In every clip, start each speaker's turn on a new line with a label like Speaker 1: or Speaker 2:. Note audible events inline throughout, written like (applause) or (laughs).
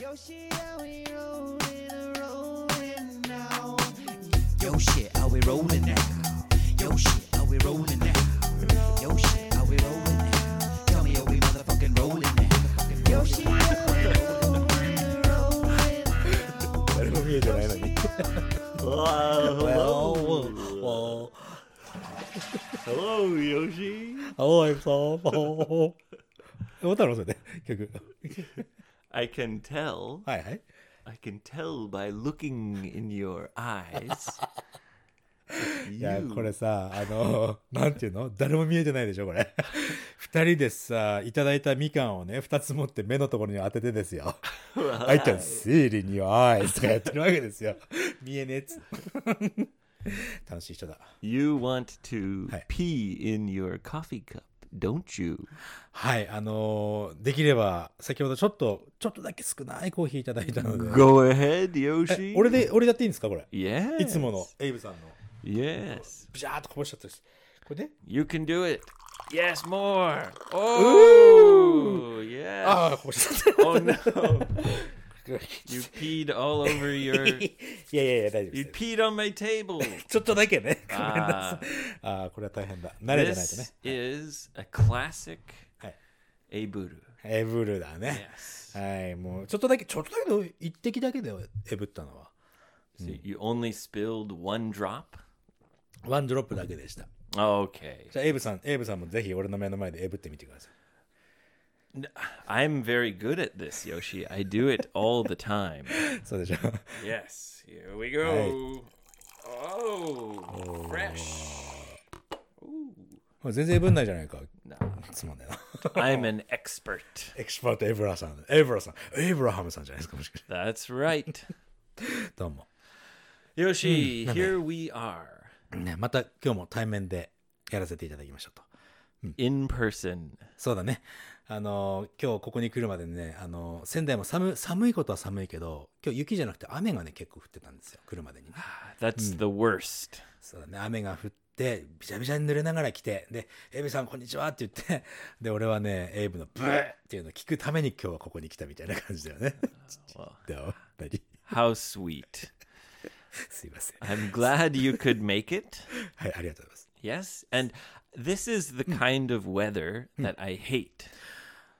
Speaker 1: Yo shit, are we rolling, rolling now? Yo shit, are we rolling now? Yo shit, are we rolling now? Yo shit, are we rolling now? Tell me, are we motherfucking rolling now? Yo shit, are we rolling, rolling now?
Speaker 2: 誰も見えてないのに
Speaker 3: Hello,
Speaker 2: Hello.
Speaker 3: hello, Yoshi.
Speaker 2: おいそうもう太郎さんね曲
Speaker 3: I can tell.
Speaker 2: はいはい
Speaker 3: I can tell by looking in your eyes. that
Speaker 2: いや
Speaker 3: you-
Speaker 2: これさあのなんていうの誰も見えてないでしょこれ二人でさいただいたみかんをね二つ持って目のところに当ててですよ「I can see it in your eyes」とかやってるわけですよ見えねえっつって楽しい人だ
Speaker 3: you want to
Speaker 2: はい。
Speaker 3: pee in your coffee cup, don't you?
Speaker 2: はいあのできれば先ほどちょっとちょっとだけ少ないコーヒーいただいたので
Speaker 3: Go ahead,
Speaker 2: え
Speaker 3: Yoshi.
Speaker 2: 俺で俺だっていいんですかこれ
Speaker 3: Yes.
Speaker 2: いつものエイブさんの
Speaker 3: Yes.
Speaker 2: ビシャーっとこぼしちゃったですこれね
Speaker 3: You can do it. Yes, more. Oh, yes.
Speaker 2: ああこぼしちゃっ
Speaker 3: Oh no.
Speaker 2: た
Speaker 3: You peed all over your.
Speaker 2: いやいやいや大丈夫 (laughs)
Speaker 3: You
Speaker 2: です
Speaker 3: peed on my table.
Speaker 2: ちょっとだけ (laughs) ねごめんなさ
Speaker 3: あ
Speaker 2: いああこれは大変だ慣れてないとね
Speaker 3: This is a classic
Speaker 2: はい
Speaker 3: Eburu.
Speaker 2: エブルだね
Speaker 3: Yes.
Speaker 2: はいもうちょっとだけちょっとだけの一滴だけでエブったのは
Speaker 3: So you only spilled one drop?
Speaker 2: ワンドロップだけでした
Speaker 3: Okay.
Speaker 2: じゃあエイブさんエイブさんもぜひ俺の目の前でエブってみてください
Speaker 3: I'm very good at this, Yoshi. I do it all the time.
Speaker 2: そうでしょ
Speaker 3: (laughs)
Speaker 2: (laughs)
Speaker 3: Yes, here we go. Oh, fresh.
Speaker 2: もう全然エブんないじゃないか
Speaker 3: No,
Speaker 2: つまんねえな (laughs)
Speaker 3: I'm an expert.
Speaker 2: エクスパートエブラさんエブラさんエブラハムさんじゃないですかもしかして
Speaker 3: That's right.
Speaker 2: どうも
Speaker 3: Yoshi, here we are
Speaker 2: ねまた今日も対面でやらせていただきましたと
Speaker 3: in person.
Speaker 2: そうだね。あのー、今日ここに来るまでね、あのー、仙台も寒寒いことは寒いけど、今日雪じゃなくて雨がね、結構降ってたんですよ。来るまでにね。
Speaker 3: That's the worst.
Speaker 2: そうだね。雨が降って、びちゃびちゃに濡れながら来て、で、エイブさんこんにちはって言って、で、俺はね、エイブのブーっていうのを聞くために今日はここに来たみたいな感じだよね。どう何
Speaker 3: How sweet.
Speaker 2: すいません。
Speaker 3: I'm glad you could make it.
Speaker 2: はい、ありがとうございます。
Speaker 3: Yes. And this is the kind of weather that I hate.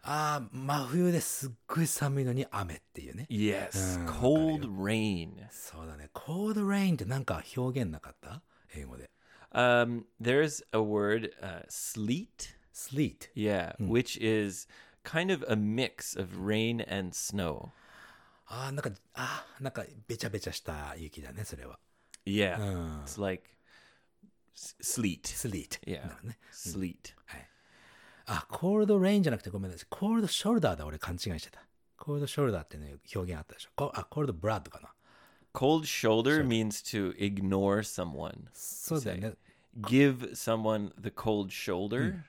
Speaker 2: あー、真冬ですっごい寒いのに雨っていうね。
Speaker 3: Yes. Cold rain.
Speaker 2: そうだね。コードレインってなんか表現なかった英語で。
Speaker 3: Um, there's a word, uh, sleet.
Speaker 2: sleet.
Speaker 3: Yeah. Which is kind of a mix of rain and snow.
Speaker 2: ああ、なんか、ああ、なんか、べちゃべちゃした雪だね、それは。
Speaker 3: Yeah.
Speaker 2: うん。
Speaker 3: It's like s- sleet.
Speaker 2: スリート。
Speaker 3: Yeah.
Speaker 2: なるね。
Speaker 3: Sleet.
Speaker 2: あ、コールドレインじゃなくてごめんなさい。コールドショルダーだ、俺勘違いしてた。コールドショルダーってね、表現あったでしょ。こあ、コールドブラッドかな。
Speaker 3: Cold shoulder means to ignore someone.
Speaker 2: そうだよね。
Speaker 3: Give someone the cold shoulder.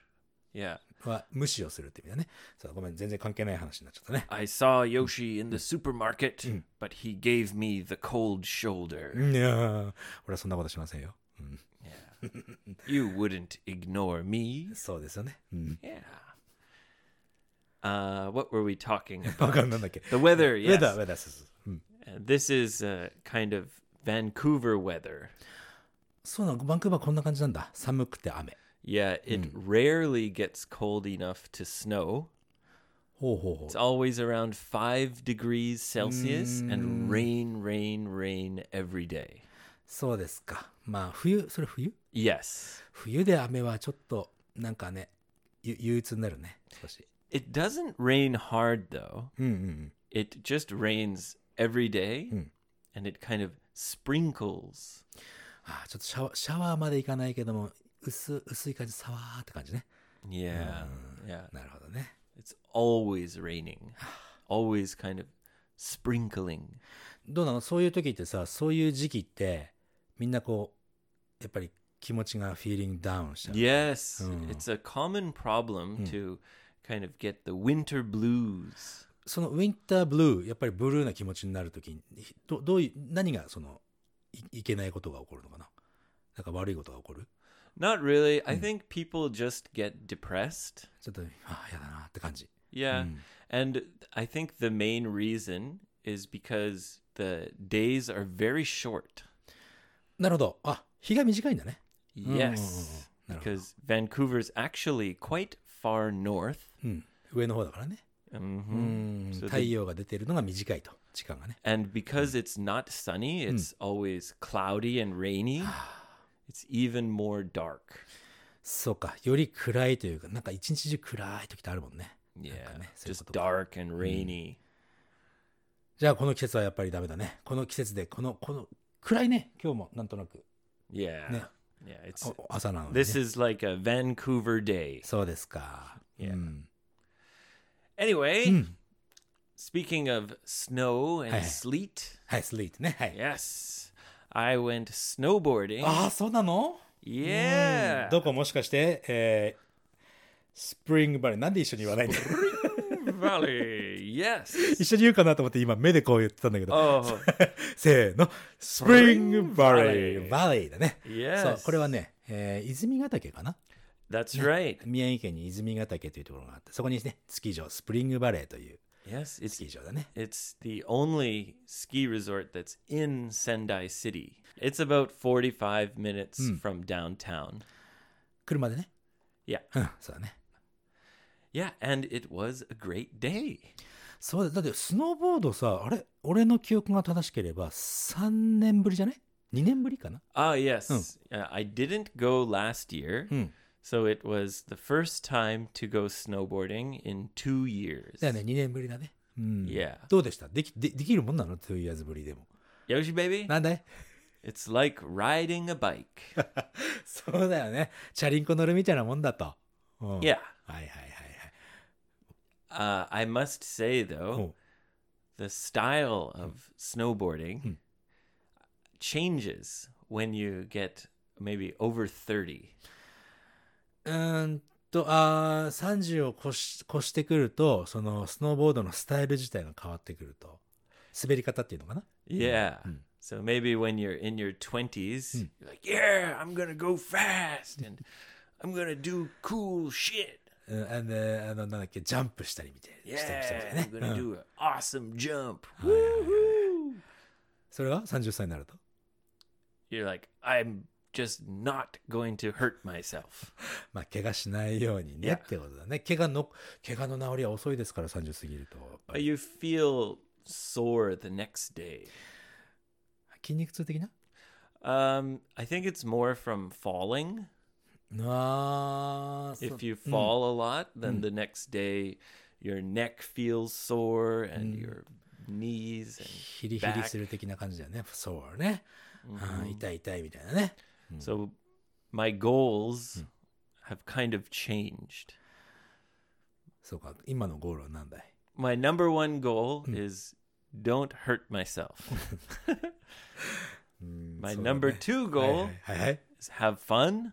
Speaker 3: Yeah.
Speaker 2: は無視をするって意味だね。そう、ごめん、全然関係ない話になっちゃったね。
Speaker 3: I saw Yoshi in the supermarket, but he gave me the cold (laughs) shoulder.
Speaker 2: いやー俺はそんなことしませんよ。うん、
Speaker 3: You wouldn't ignore me.
Speaker 2: そうですよね。うん。
Speaker 3: Yeah. Uh, what were we (laughs) talking
Speaker 2: わ
Speaker 3: about?
Speaker 2: かんないんだっけ。
Speaker 3: The weather,
Speaker 2: ウェ
Speaker 3: yes.
Speaker 2: ダー、ウェダー、そうそうそう。うん。
Speaker 3: Uh, This is uh, kind of Vancouver weather.
Speaker 2: そうなの、バンクーバーこんな感じなんだ。寒くて雨。
Speaker 3: Yeah, it rarely gets cold enough to snow.
Speaker 2: ほうほうほう
Speaker 3: It's。always around 5 degrees Celsius and rain, rain, rain every day.
Speaker 2: そうですか。まあ、冬、それ冬
Speaker 3: Yes.
Speaker 2: 冬で雨はちょっとなんかねゆ憂鬱になるね少し
Speaker 3: It doesn't rain hard though.
Speaker 2: うんうんうん、
Speaker 3: it just rains every day
Speaker 2: Mm.
Speaker 3: and it kind of sprinkles.
Speaker 2: あーちょっとシャワーシャワーまでいかないけども薄薄い感じさわーって感じね
Speaker 3: Yeah. Yeah.
Speaker 2: なるほどね
Speaker 3: It's always raining. always kind of sprinkling.
Speaker 2: どうなのそういう時ってさそういう時期ってみんなこうやっぱり気持ちがフィーリングダウンしちゃう
Speaker 3: Yes.
Speaker 2: Mm.
Speaker 3: It's a common problem to kind of get the winter blues.
Speaker 2: そのウィンターブルーやっぱりブルーな気持ちになる時にどどういう何がそのいいけないことが起こるのかななんか悪いことが起こる
Speaker 3: Not really. I think people just get depressed.
Speaker 2: ちょっとああやだなって感じ
Speaker 3: Yeah.
Speaker 2: Mm.
Speaker 3: And I think the main reason is because the days are very short.
Speaker 2: なるほど。あ、日が短いんだね。
Speaker 3: Yes.
Speaker 2: Oh,
Speaker 3: Because Vancouver's actually quite far north.
Speaker 2: うん。上の方だからね。
Speaker 3: hmm
Speaker 2: うん
Speaker 3: So
Speaker 2: 太
Speaker 3: the
Speaker 2: 陽が出ているのが短いと。時間がね。
Speaker 3: And because it's not sunny,
Speaker 2: Hmm.
Speaker 3: it's always cloudy
Speaker 2: (sighs)
Speaker 3: and rainy. It's even more dark.
Speaker 2: そうか。より暗いというか、なんか一日中暗い時ってあるもんね。そう
Speaker 3: Yeah,
Speaker 2: いう
Speaker 3: just
Speaker 2: ことか
Speaker 3: dark and rainy.
Speaker 2: じゃあこの季節はやっぱりダメだね。この季節で、この、この、暗いね。今日もなんとなく。
Speaker 3: Yeah,
Speaker 2: Yeah. Oh,
Speaker 3: yeah. It's
Speaker 2: お朝なので、ね。
Speaker 3: this is like a Vancouver day.
Speaker 2: そうですか。
Speaker 3: Yeah.
Speaker 2: うん。
Speaker 3: Anyway, speaking of snow and
Speaker 2: Hmm. Hey.
Speaker 3: sleet,
Speaker 2: はい、スリートね。はい。
Speaker 3: yes, I went snowboarding.
Speaker 2: ああ、そうなの
Speaker 3: yeah,
Speaker 2: どこもしかして、えー、スプリングバレー。なんで一緒に言わないんだ
Speaker 3: Valley. Yes.
Speaker 2: (laughs) 一緒に言うかなと思って今目でこう言ってたんだけど。
Speaker 3: Oh,
Speaker 2: せーの。スプリングバレ
Speaker 3: Spring Valley
Speaker 2: ー。バレーだね。
Speaker 3: Yes
Speaker 2: そう、これはね、えー、泉ヶ岳かな
Speaker 3: that's right.
Speaker 2: 宮城県に泉ヶ岳というところがあって、そこにね、スキー場、スプリングバレーという
Speaker 3: Yes,
Speaker 2: ス
Speaker 3: it's
Speaker 2: キー場だね。
Speaker 3: it's the only ski resort that's in Sendai City. It's about 45 minutes from downtown.
Speaker 2: 車でね。
Speaker 3: Yeah.
Speaker 2: うん、そうだね。
Speaker 3: Yeah, and it was a great day.
Speaker 2: そうだ、だってスノーボードさ、あれ俺の記憶が正しければ3年ぶりじゃない ?2 年ぶりかな
Speaker 3: Ah, yes. Uh, I didn't go last year.
Speaker 2: Hmm.
Speaker 3: So it was the first time to go snowboarding in 2 years.
Speaker 2: だよね、2年ぶりだね。うん。
Speaker 3: Yeah.
Speaker 2: どうでしたできでできるもんなの ?2 years ぶりでも。
Speaker 3: Yoshi baby,
Speaker 2: なんだい (laughs)
Speaker 3: it's like riding a bike.
Speaker 2: そうだよね。チャリンコ乗るみたいなもんだと。うん、はい
Speaker 3: yeah.
Speaker 2: はいはいはい。
Speaker 3: Uh, I must say though,
Speaker 2: Oh.
Speaker 3: the style of snowboarding changes when you get maybe over 30.
Speaker 2: うーんと、あー30を越し越してくると、そのスノーボードのスタイル自体が変わってくると。滑り方っていうのかな
Speaker 3: Yeah. So maybe when you're in your 20s, you're like, "Yeah, I'm going to go fast and I'm going to do cool shit.
Speaker 2: うんあの、あの、なんだっけ、ジャンプしたりみたいな。してみたい
Speaker 3: Yeah,
Speaker 2: ね。
Speaker 3: I'm going to do an awesome jump."
Speaker 2: それが30歳になると。
Speaker 3: You're like, "I'm just not going to hurt myself."
Speaker 2: まあ、怪我しないようにねってことだね。怪我の、怪我の治りは遅いですから、30過ぎると。やっぱ
Speaker 3: But
Speaker 2: り
Speaker 3: you feel sore the next day.
Speaker 2: 筋肉痛的な
Speaker 3: Um, I think it's more from falling.
Speaker 2: あーそう
Speaker 3: If you fall a lot, then the next day your neck feels sore and your knees
Speaker 2: ヒリヒ
Speaker 3: and
Speaker 2: リ
Speaker 3: back.
Speaker 2: する的な感じだよね。そうね。うん痛い痛いみたいなね。
Speaker 3: So my goals have kind of changed.
Speaker 2: そうか、今のゴールは何だい
Speaker 3: My number one goal is don't hurt myself. (laughs) my number two
Speaker 2: はい
Speaker 3: goal
Speaker 2: はいはいはい。
Speaker 3: is have fun.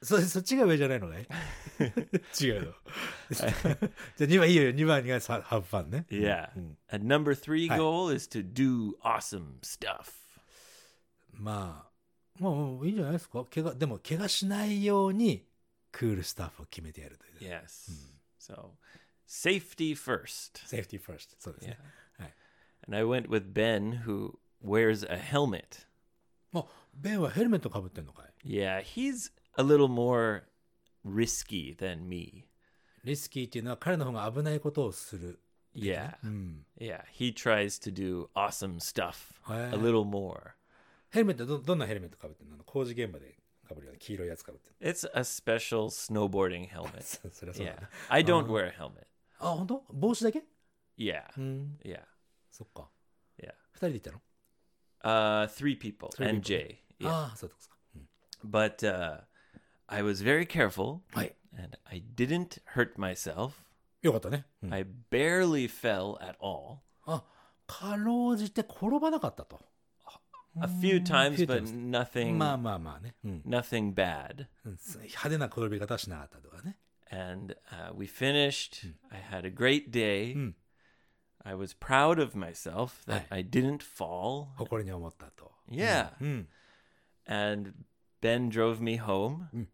Speaker 2: そ、そっちが上じゃないのかい違うの。 (laughs) じゃあ2番いいよ、2番がさハブファンね。
Speaker 3: Yeah. And number three
Speaker 2: Mm, Hi.
Speaker 3: goal is to do awesome stuff.
Speaker 2: まあ、まあ、もういいんじゃないですか。怪我、でも怪我しないように、クールスタッフを決めてやるという。
Speaker 3: Yes. So safety first.
Speaker 2: セーフティーファースト。そうですね。はい。
Speaker 3: And I went with Ben, who wears a helmet.
Speaker 2: もう、ベンはヘルメットかぶってんのかい
Speaker 3: Yeah, he's a little more risky than me.
Speaker 2: リスキーっていうのは彼の方が危ないことをする。
Speaker 3: Yeah. Yeah, he tries to do awesome stuff
Speaker 2: Wow.
Speaker 3: a little more.
Speaker 2: ヘルメットど、どんなヘルメットかぶってんのあの工事現場でかぶるような黄色いやつかぶってん
Speaker 3: It's a special snowboarding
Speaker 2: の
Speaker 3: (laughs) helmet.
Speaker 2: そそりゃそうだ
Speaker 3: Yeah.
Speaker 2: ね。
Speaker 3: I don't wear a helmet.
Speaker 2: あ、本当？帽子だけ
Speaker 3: Yeah.
Speaker 2: うん。
Speaker 3: Yeah.
Speaker 2: そっか。
Speaker 3: Yeah.
Speaker 2: 二人で行ったの
Speaker 3: Uh three people
Speaker 2: Three
Speaker 3: and
Speaker 2: people.
Speaker 3: (gasps) Jay. Yeah.
Speaker 2: ああ、そうですか。
Speaker 3: but uh I was very careful
Speaker 2: はい。
Speaker 3: and I didn't hurt myself.
Speaker 2: よかったね。
Speaker 3: I barely fell at all.
Speaker 2: あ、かろうじて転ばなかったと。
Speaker 3: a few times,
Speaker 2: Mm, few
Speaker 3: but
Speaker 2: times.
Speaker 3: nothing,
Speaker 2: まあまあまあね。うん。
Speaker 3: nothing bad.
Speaker 2: うん派手な転び方はしなかったとかね。
Speaker 3: And uh, we finished.
Speaker 2: Hmm.
Speaker 3: I had a great day. I was proud of myself that I didn't fall.
Speaker 2: 誇りに思ったと。
Speaker 3: Yeah.
Speaker 2: うん。
Speaker 3: And Ben drove me home,
Speaker 2: Hmm.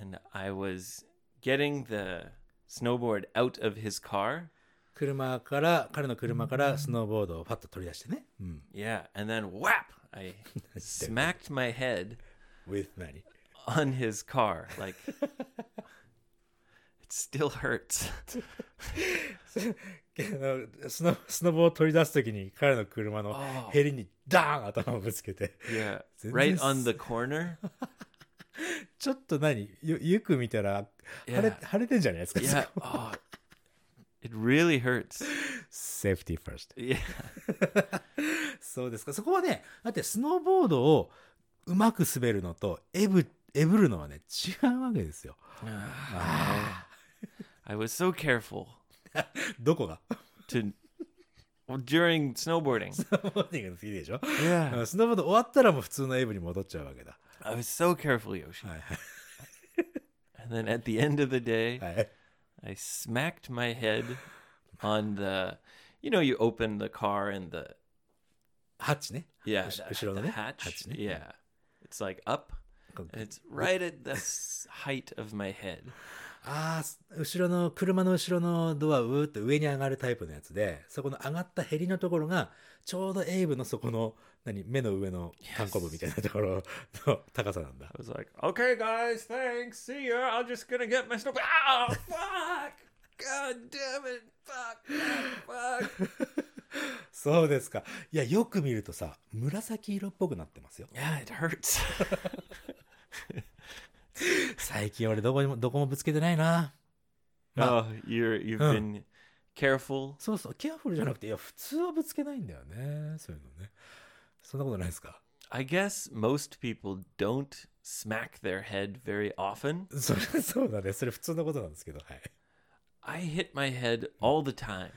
Speaker 3: and I was getting the snowboard out of his car,
Speaker 2: 車から、彼の車からスノーボードをパッと取り出してね。うん。
Speaker 3: Yeah, and then whap! I
Speaker 2: (laughs)
Speaker 3: smacked my head
Speaker 2: with 何
Speaker 3: on his car. Like, it still hurts.
Speaker 2: (laughs) あのスノスノボを取り出すときに彼の車のヘリにダーン頭をぶつけて (laughs)
Speaker 3: Yeah,
Speaker 2: Didn't
Speaker 3: right
Speaker 2: this-
Speaker 3: on the corner.
Speaker 2: ちょっと何よよく見たら腫れ
Speaker 3: Yeah.
Speaker 2: 腫れてんじゃないですか
Speaker 3: Yeah,
Speaker 2: (laughs)
Speaker 3: oh, it really hurts.
Speaker 2: セーフティーファースト
Speaker 3: Yeah,
Speaker 2: (laughs) そうですかそこはねだってスノーボードをうまく滑るのとえぶえぶるのはね違うわけですよ (laughs)
Speaker 3: I was so careful
Speaker 2: どこが
Speaker 3: to during snowboarding.
Speaker 2: スノーボーディングの次でしょ
Speaker 3: Yeah,
Speaker 2: スノーボード終わったらもう普通のエブに戻っちゃうわけだ
Speaker 3: I was so careful, Yoshi. And then at the end of the day,
Speaker 2: はい、
Speaker 3: I smacked my head on the, you know, you open the car and the
Speaker 2: ハッチね
Speaker 3: yeah
Speaker 2: 後
Speaker 3: the,
Speaker 2: 後ろの
Speaker 3: the
Speaker 2: ね
Speaker 3: hatch
Speaker 2: ね
Speaker 3: yeah, it's like up,
Speaker 2: こう
Speaker 3: and it's right at the s- height of my head.
Speaker 2: ああ、す後ろの、車の後ろのドア、うーっと上に上がるタイプのやつで、そこの上がったヘリのところが、ちょうどエイブのそこの、何、目の上の単行部みたいなところの高さなんだ
Speaker 3: I。was like, okay, guys, thanks, see ya. I'm just gonna get my snow. Oh, (laughs) fuck! God damn it! Fuck! Fuck!
Speaker 2: (laughs) そうですか。いや、よく見るとさ、紫色っぽくなってますよ。
Speaker 3: (laughs) Yeah, it (laughs) hurts.
Speaker 2: 最近俺どこにも、どこもぶつけてないな。
Speaker 3: oh, you're you've
Speaker 2: Huh.
Speaker 3: been careful.
Speaker 2: そうそう、ケアフルじゃなくて、いや、普通はぶつけないんだよね。そういうのね。そんなことないですか
Speaker 3: I guess most people don't smack their head very often.
Speaker 2: それ、そうだね。それ普通のことなんですけど、はい。
Speaker 3: I hit my head all the time.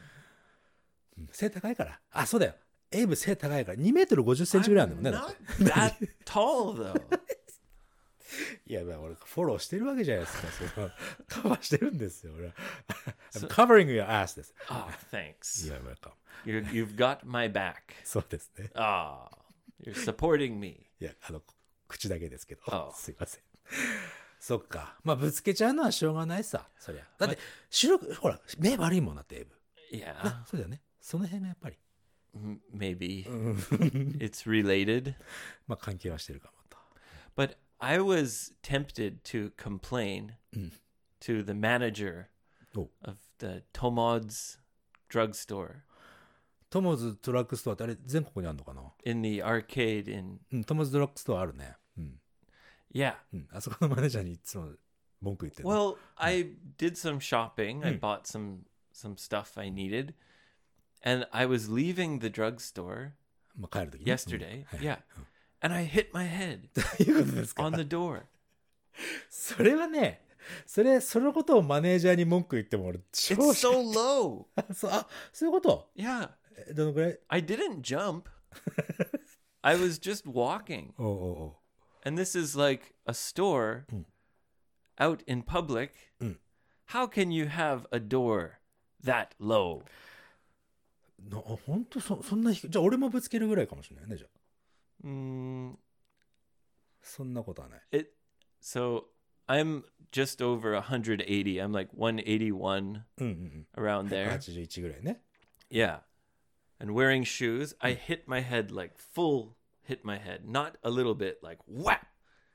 Speaker 2: 背高いから。あ、そうだよ。エイブ背高いから。2メートル50センチぐらいあるんだもんね。だっ
Speaker 3: Not
Speaker 2: て
Speaker 3: (laughs) that tall though.
Speaker 2: いや、まあ俺、フォローしてるわけじゃないですか。 (laughs) そのカバーしてるんですよ、俺は。I'm covering your ass です。
Speaker 3: Oh, thanks.
Speaker 2: いや、まあ、
Speaker 3: You're, you've got my back.
Speaker 2: そうですね。
Speaker 3: Ah, you're supporting me.
Speaker 2: いや、あの、口だけですけど
Speaker 3: あ。あ
Speaker 2: すいません。 (laughs) そっか。まあ、ぶつけちゃうのはしょうがないさ。そりゃ。だって、白く、ほら、目悪いもんなって、エイブ。
Speaker 3: Yeah,
Speaker 2: あ、そうだよね。その辺がやっぱり、
Speaker 3: m- maybe it's related.
Speaker 2: (laughs) まあ、関係はしてるかもと。
Speaker 3: But I was tempted to complain to the manager
Speaker 2: Oh.
Speaker 3: of the Tomod's drugstore
Speaker 2: トモズドラッグストアってあれ、全国にあるのかな
Speaker 3: in the arcade in
Speaker 2: うん、トモズドラッグストアあるね。うん。
Speaker 3: yeah.
Speaker 2: うん、あそこのマネージャーにいつも文句言ってるの。
Speaker 3: Well, I did some shopping. I bought some some stuff I needed. And I was leaving the drugstore
Speaker 2: まあ、帰るとき、ね、 (laughs)
Speaker 3: yesterday.
Speaker 2: うんはい
Speaker 3: Yeah. And I hit my head
Speaker 2: ということですか
Speaker 3: on the door.
Speaker 2: それはね、それ、そのことをマネージャーに文句言っても俺、超
Speaker 3: It's
Speaker 2: し
Speaker 3: so low.
Speaker 2: そう、あ、そういうこと
Speaker 3: Yeah.
Speaker 2: えどのくらい
Speaker 3: I didn't jump. I was just walking.
Speaker 2: おうおうおう
Speaker 3: And this is like a store
Speaker 2: Mm.
Speaker 3: out in public. How can you have a door that low?
Speaker 2: なあ、ほんとそ、そんな低い、じゃあ俺もぶつけるぐらいかもしれないね、じゃあ。
Speaker 3: Mm,
Speaker 2: そんなことはない。
Speaker 3: it so I'm just over 180. I'm like 181
Speaker 2: うんうん
Speaker 3: around
Speaker 2: うん。
Speaker 3: there.
Speaker 2: 81ぐらいね。
Speaker 3: Yeah. And wearing shoes,
Speaker 2: Mm.
Speaker 3: I hit my head like full hit my head, not a little bit like whap.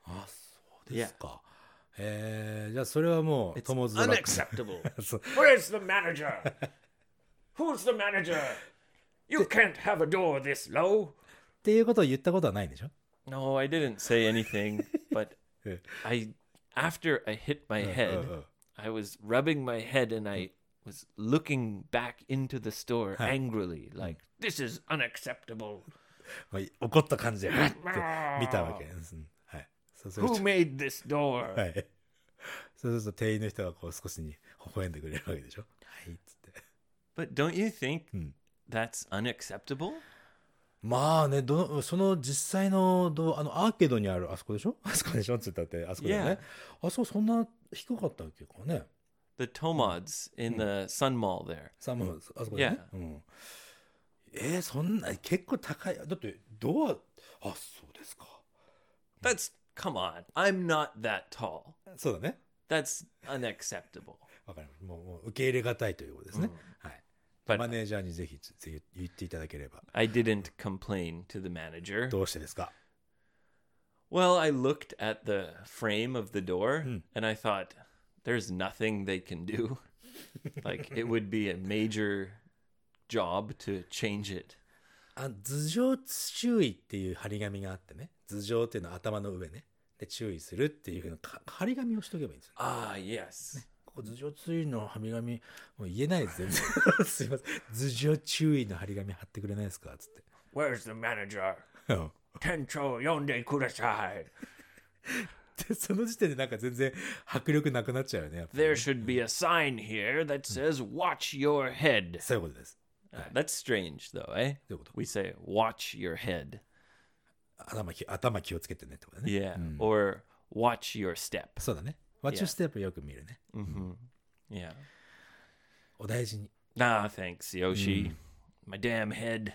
Speaker 2: あ、そうですか。えー、じゃあそれはもう、
Speaker 3: It's
Speaker 2: 友ズドラッグ (laughs)
Speaker 3: unacceptable.
Speaker 2: そう
Speaker 4: Where's the manager? Who's the manager? You can't have a door this low.
Speaker 2: っていうことを言ったことはないんでしょ
Speaker 3: No, I didn't say anything, but
Speaker 2: Yeah.
Speaker 3: I after I hit my head,
Speaker 2: uh.
Speaker 3: I was rubbing my head and I was looking back into the store angrily, like
Speaker 4: This is unacceptable.
Speaker 2: まあ、怒った感じで、ガッて見たわけです。うんはい。そうすると
Speaker 4: Who made this door?
Speaker 2: はい。そうすると店員の人がこう少しに微笑んでくれるわけでしょ。はい。っつって。
Speaker 3: But don't you think that's unacceptable?
Speaker 2: まあね、ど、その実際の、ど、あの、アーケードにある、あそこでしょ (laughs) あそこでしょっつったって、あそこだよね。あ、そう、そんな低かったっけかね。
Speaker 3: The Tomods in the Sun Mall there.
Speaker 2: さあ、もう、あそこだよね。うん。えーそんな、結構高い。だって、ドア、あ、そうですか。
Speaker 3: That's come on. I'm not that tall.
Speaker 2: そうだね。
Speaker 3: That's unacceptable.
Speaker 2: わかります。もう、もう受け入れがたいということですね。はい。
Speaker 3: But
Speaker 2: マネージャーにぜひ、ぜひ言っていただければ。
Speaker 3: I didn't complain to the manager.
Speaker 2: どうしてですか
Speaker 3: Well, I looked at the frame of the door and I thought, there's nothing they can do. like, it would be a major job to change it.
Speaker 2: あ頭上注意っていう張り紙があってね。頭上っていうのは頭の上ね。で、注意するっていうふうなか張り紙をしとけばいいんですよ。
Speaker 3: Ah, yes.
Speaker 2: ここ頭上注意の張り紙、もう言えないです、全然。 (laughs) すいません。頭上注意の張り紙貼ってくれないですかつって。
Speaker 4: Where's the manager?
Speaker 2: うん
Speaker 4: Tencho yonde kudasai.
Speaker 2: (laughs) で、その時点でなんか全然迫力なくなっちゃうよね。やっぱり
Speaker 4: There should be a sign here that says, Watch your head.
Speaker 2: そういうことです。
Speaker 3: Uh, That's strange, though, eh?
Speaker 2: どういうこと
Speaker 3: We say, watch your head.
Speaker 2: 頭き頭気をつけてねってことね。
Speaker 3: Yeah. Or watch your step.
Speaker 2: そうだね。Watch your step よく見るね。
Speaker 3: Yeah.
Speaker 2: お大事に。
Speaker 3: Nah, thanks, Yoshi. My damn head.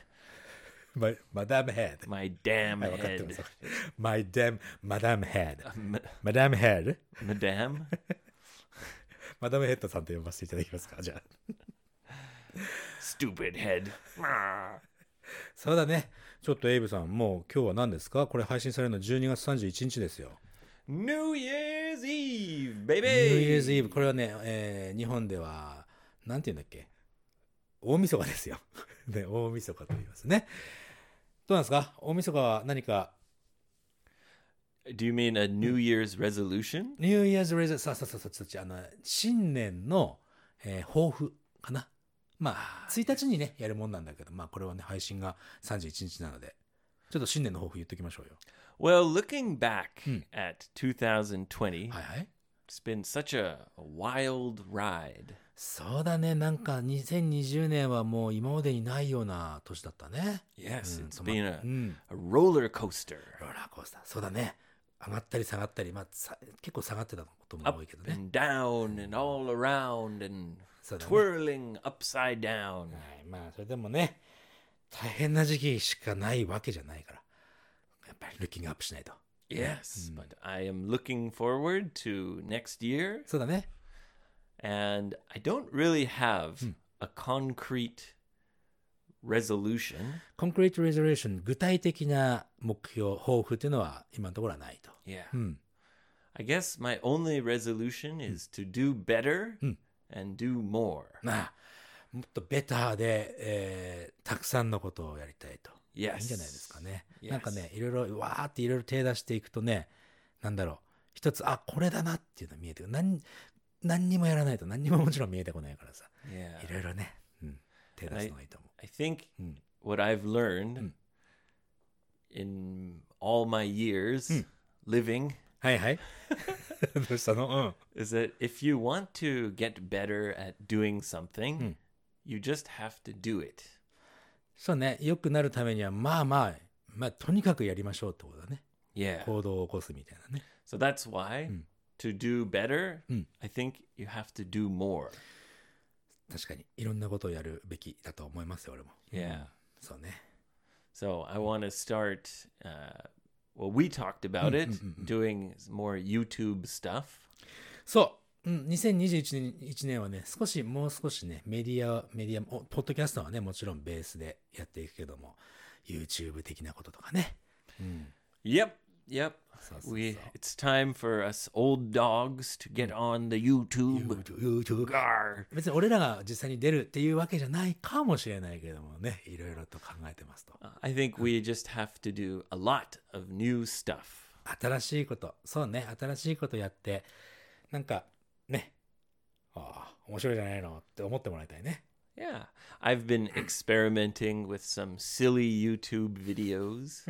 Speaker 2: ママダムヘッド。
Speaker 3: My damn
Speaker 2: 分かってま
Speaker 3: head.
Speaker 2: す。マダム、マダムヘッド。
Speaker 3: M-
Speaker 2: マダムヘッド
Speaker 3: Madame?
Speaker 2: マダムヘッドさんと呼ばせていただきますかじゃあ。
Speaker 3: Stupid head.
Speaker 4: ah,
Speaker 2: そうだね。ちょっとエイブさん、もう今日は何ですかこれ配信されるの12月31日ですよ。
Speaker 3: New Year's Eve,
Speaker 2: ニュー
Speaker 3: baby!
Speaker 2: イヤーズイブ、これはね、えー日本では、なんて言うんだっけ大晦日ですよ。 (laughs) ね、大晦日と言いますね。どうなんですか大晦日は何か
Speaker 3: Do you mean a New Year's resolution?
Speaker 2: ニューイヤーズレザー、そうそうそう、そっちそっち、あの、新年の、えー抱負かな。まあ、1日にね、やるもんなんだけど、まあ、これはね、配信が31日なので、ちょっと新年の抱負言っときましょうよ。
Speaker 3: Well, looking back at 2020,
Speaker 2: はいはい。
Speaker 3: it's been such a wild ride.
Speaker 2: そうだね、なんか2020年はもう今までにないような年だったね。
Speaker 3: Yes, it's
Speaker 2: 止ま
Speaker 3: been
Speaker 2: う
Speaker 3: a,
Speaker 2: ん。
Speaker 3: a roller coaster.
Speaker 2: ローラーコースター、そうだね。上がったり下がったり、まあ、さ結構下がってたことも
Speaker 3: Up
Speaker 2: 多いけどね。
Speaker 3: and down and all around and
Speaker 2: そうだね。
Speaker 3: twirling upside down.
Speaker 2: はい、まあそれでもね大変な時期しかないわけじゃないからやっぱりルッキングアップしないと Mm.
Speaker 3: Yes, but I am looking forward to next year,
Speaker 2: そうだね
Speaker 3: and I don't really have
Speaker 2: Hmm.
Speaker 3: a concrete resolution.
Speaker 2: コンクリートレゾレーション具体的な目標抱負っていうのは今のところはないと
Speaker 3: Yeah.
Speaker 2: うん
Speaker 3: I guess my only resolution
Speaker 2: Hmm.
Speaker 3: is to do better and do more.
Speaker 2: まあもっとベターで、えーたくさんのことをやりたいといいん
Speaker 3: Yes.
Speaker 2: じゃないですかね、
Speaker 3: Yes.
Speaker 2: なんかねいろいろわーっていろいろ手出していくとねなんだろう一つあこれだなっていうのが見えてくる何何にもやらないと何にももちろん見えてこないからさ
Speaker 3: Yeah.
Speaker 2: いろいろね、うん、手出すのがいいと思う
Speaker 3: I think
Speaker 2: Mm.
Speaker 3: what I've learned in all my years living
Speaker 2: はいはい。 (laughs) どうしたの
Speaker 3: is that if you want to get better at doing something, you just have to do it.
Speaker 2: そうね。良くなるためには、まあまあ、まあ、とにかくやりましょうってことだね。
Speaker 3: Yeah. Hmm.
Speaker 2: 行動を起こすみたいなね。
Speaker 3: So that's why to do better, I think you have to do more.
Speaker 2: 確かに、いろんなことをやるべきだと思いますよ、俺も。
Speaker 3: Yeah.
Speaker 2: そうね。
Speaker 3: So I want to start. Uh, well, we talked about it, doing more YouTube stuff.
Speaker 2: そう。うん、2021年1年はね、少し、もう少しね、メディア、メディア、おポッドキャストはね、もちろんベースでやっていくけども、YouTube 的なこととかね。
Speaker 3: Yep, yep.
Speaker 2: so,
Speaker 3: We
Speaker 2: so.
Speaker 3: it's time for us old dogs to get on the YouTube.
Speaker 2: YouTube。
Speaker 3: Gar.
Speaker 2: 別に俺らが実際に出るっていうわけじゃないかもしれないけれどもね、いろいろと考えてますと。
Speaker 3: Uh, I think we just have to do a lot of new stuff.
Speaker 2: 新しいこと。そうね。新しいことやって、なんか、ね。ああ、面白いじゃないのって思ってもらいたいね。
Speaker 3: Yeah, I've been experimenting with some silly YouTube videos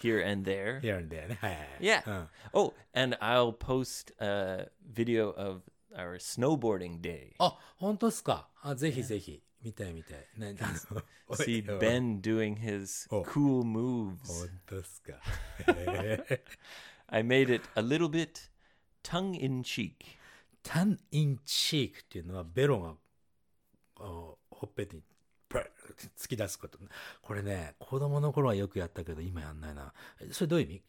Speaker 3: here and there.
Speaker 2: やるんだよね。はいはいはい。
Speaker 3: Yeah.
Speaker 2: うん。
Speaker 3: Oh, and I'll post a video of our snowboarding day.
Speaker 2: あ、本当っすか。あぜひぜひ。見たい見たい。ね、あの (laughs) おい
Speaker 3: See
Speaker 2: うん
Speaker 3: Ben doing his
Speaker 2: Oh.
Speaker 3: cool moves.
Speaker 2: 本当っすか。へえ
Speaker 3: I made it a little bit tongue in cheek.
Speaker 2: タンインチークっていうのはベロがあほっぺにプルって突き出すこと。これね、子供の頃はよくやったけど、今やんないな。えそれどういう意味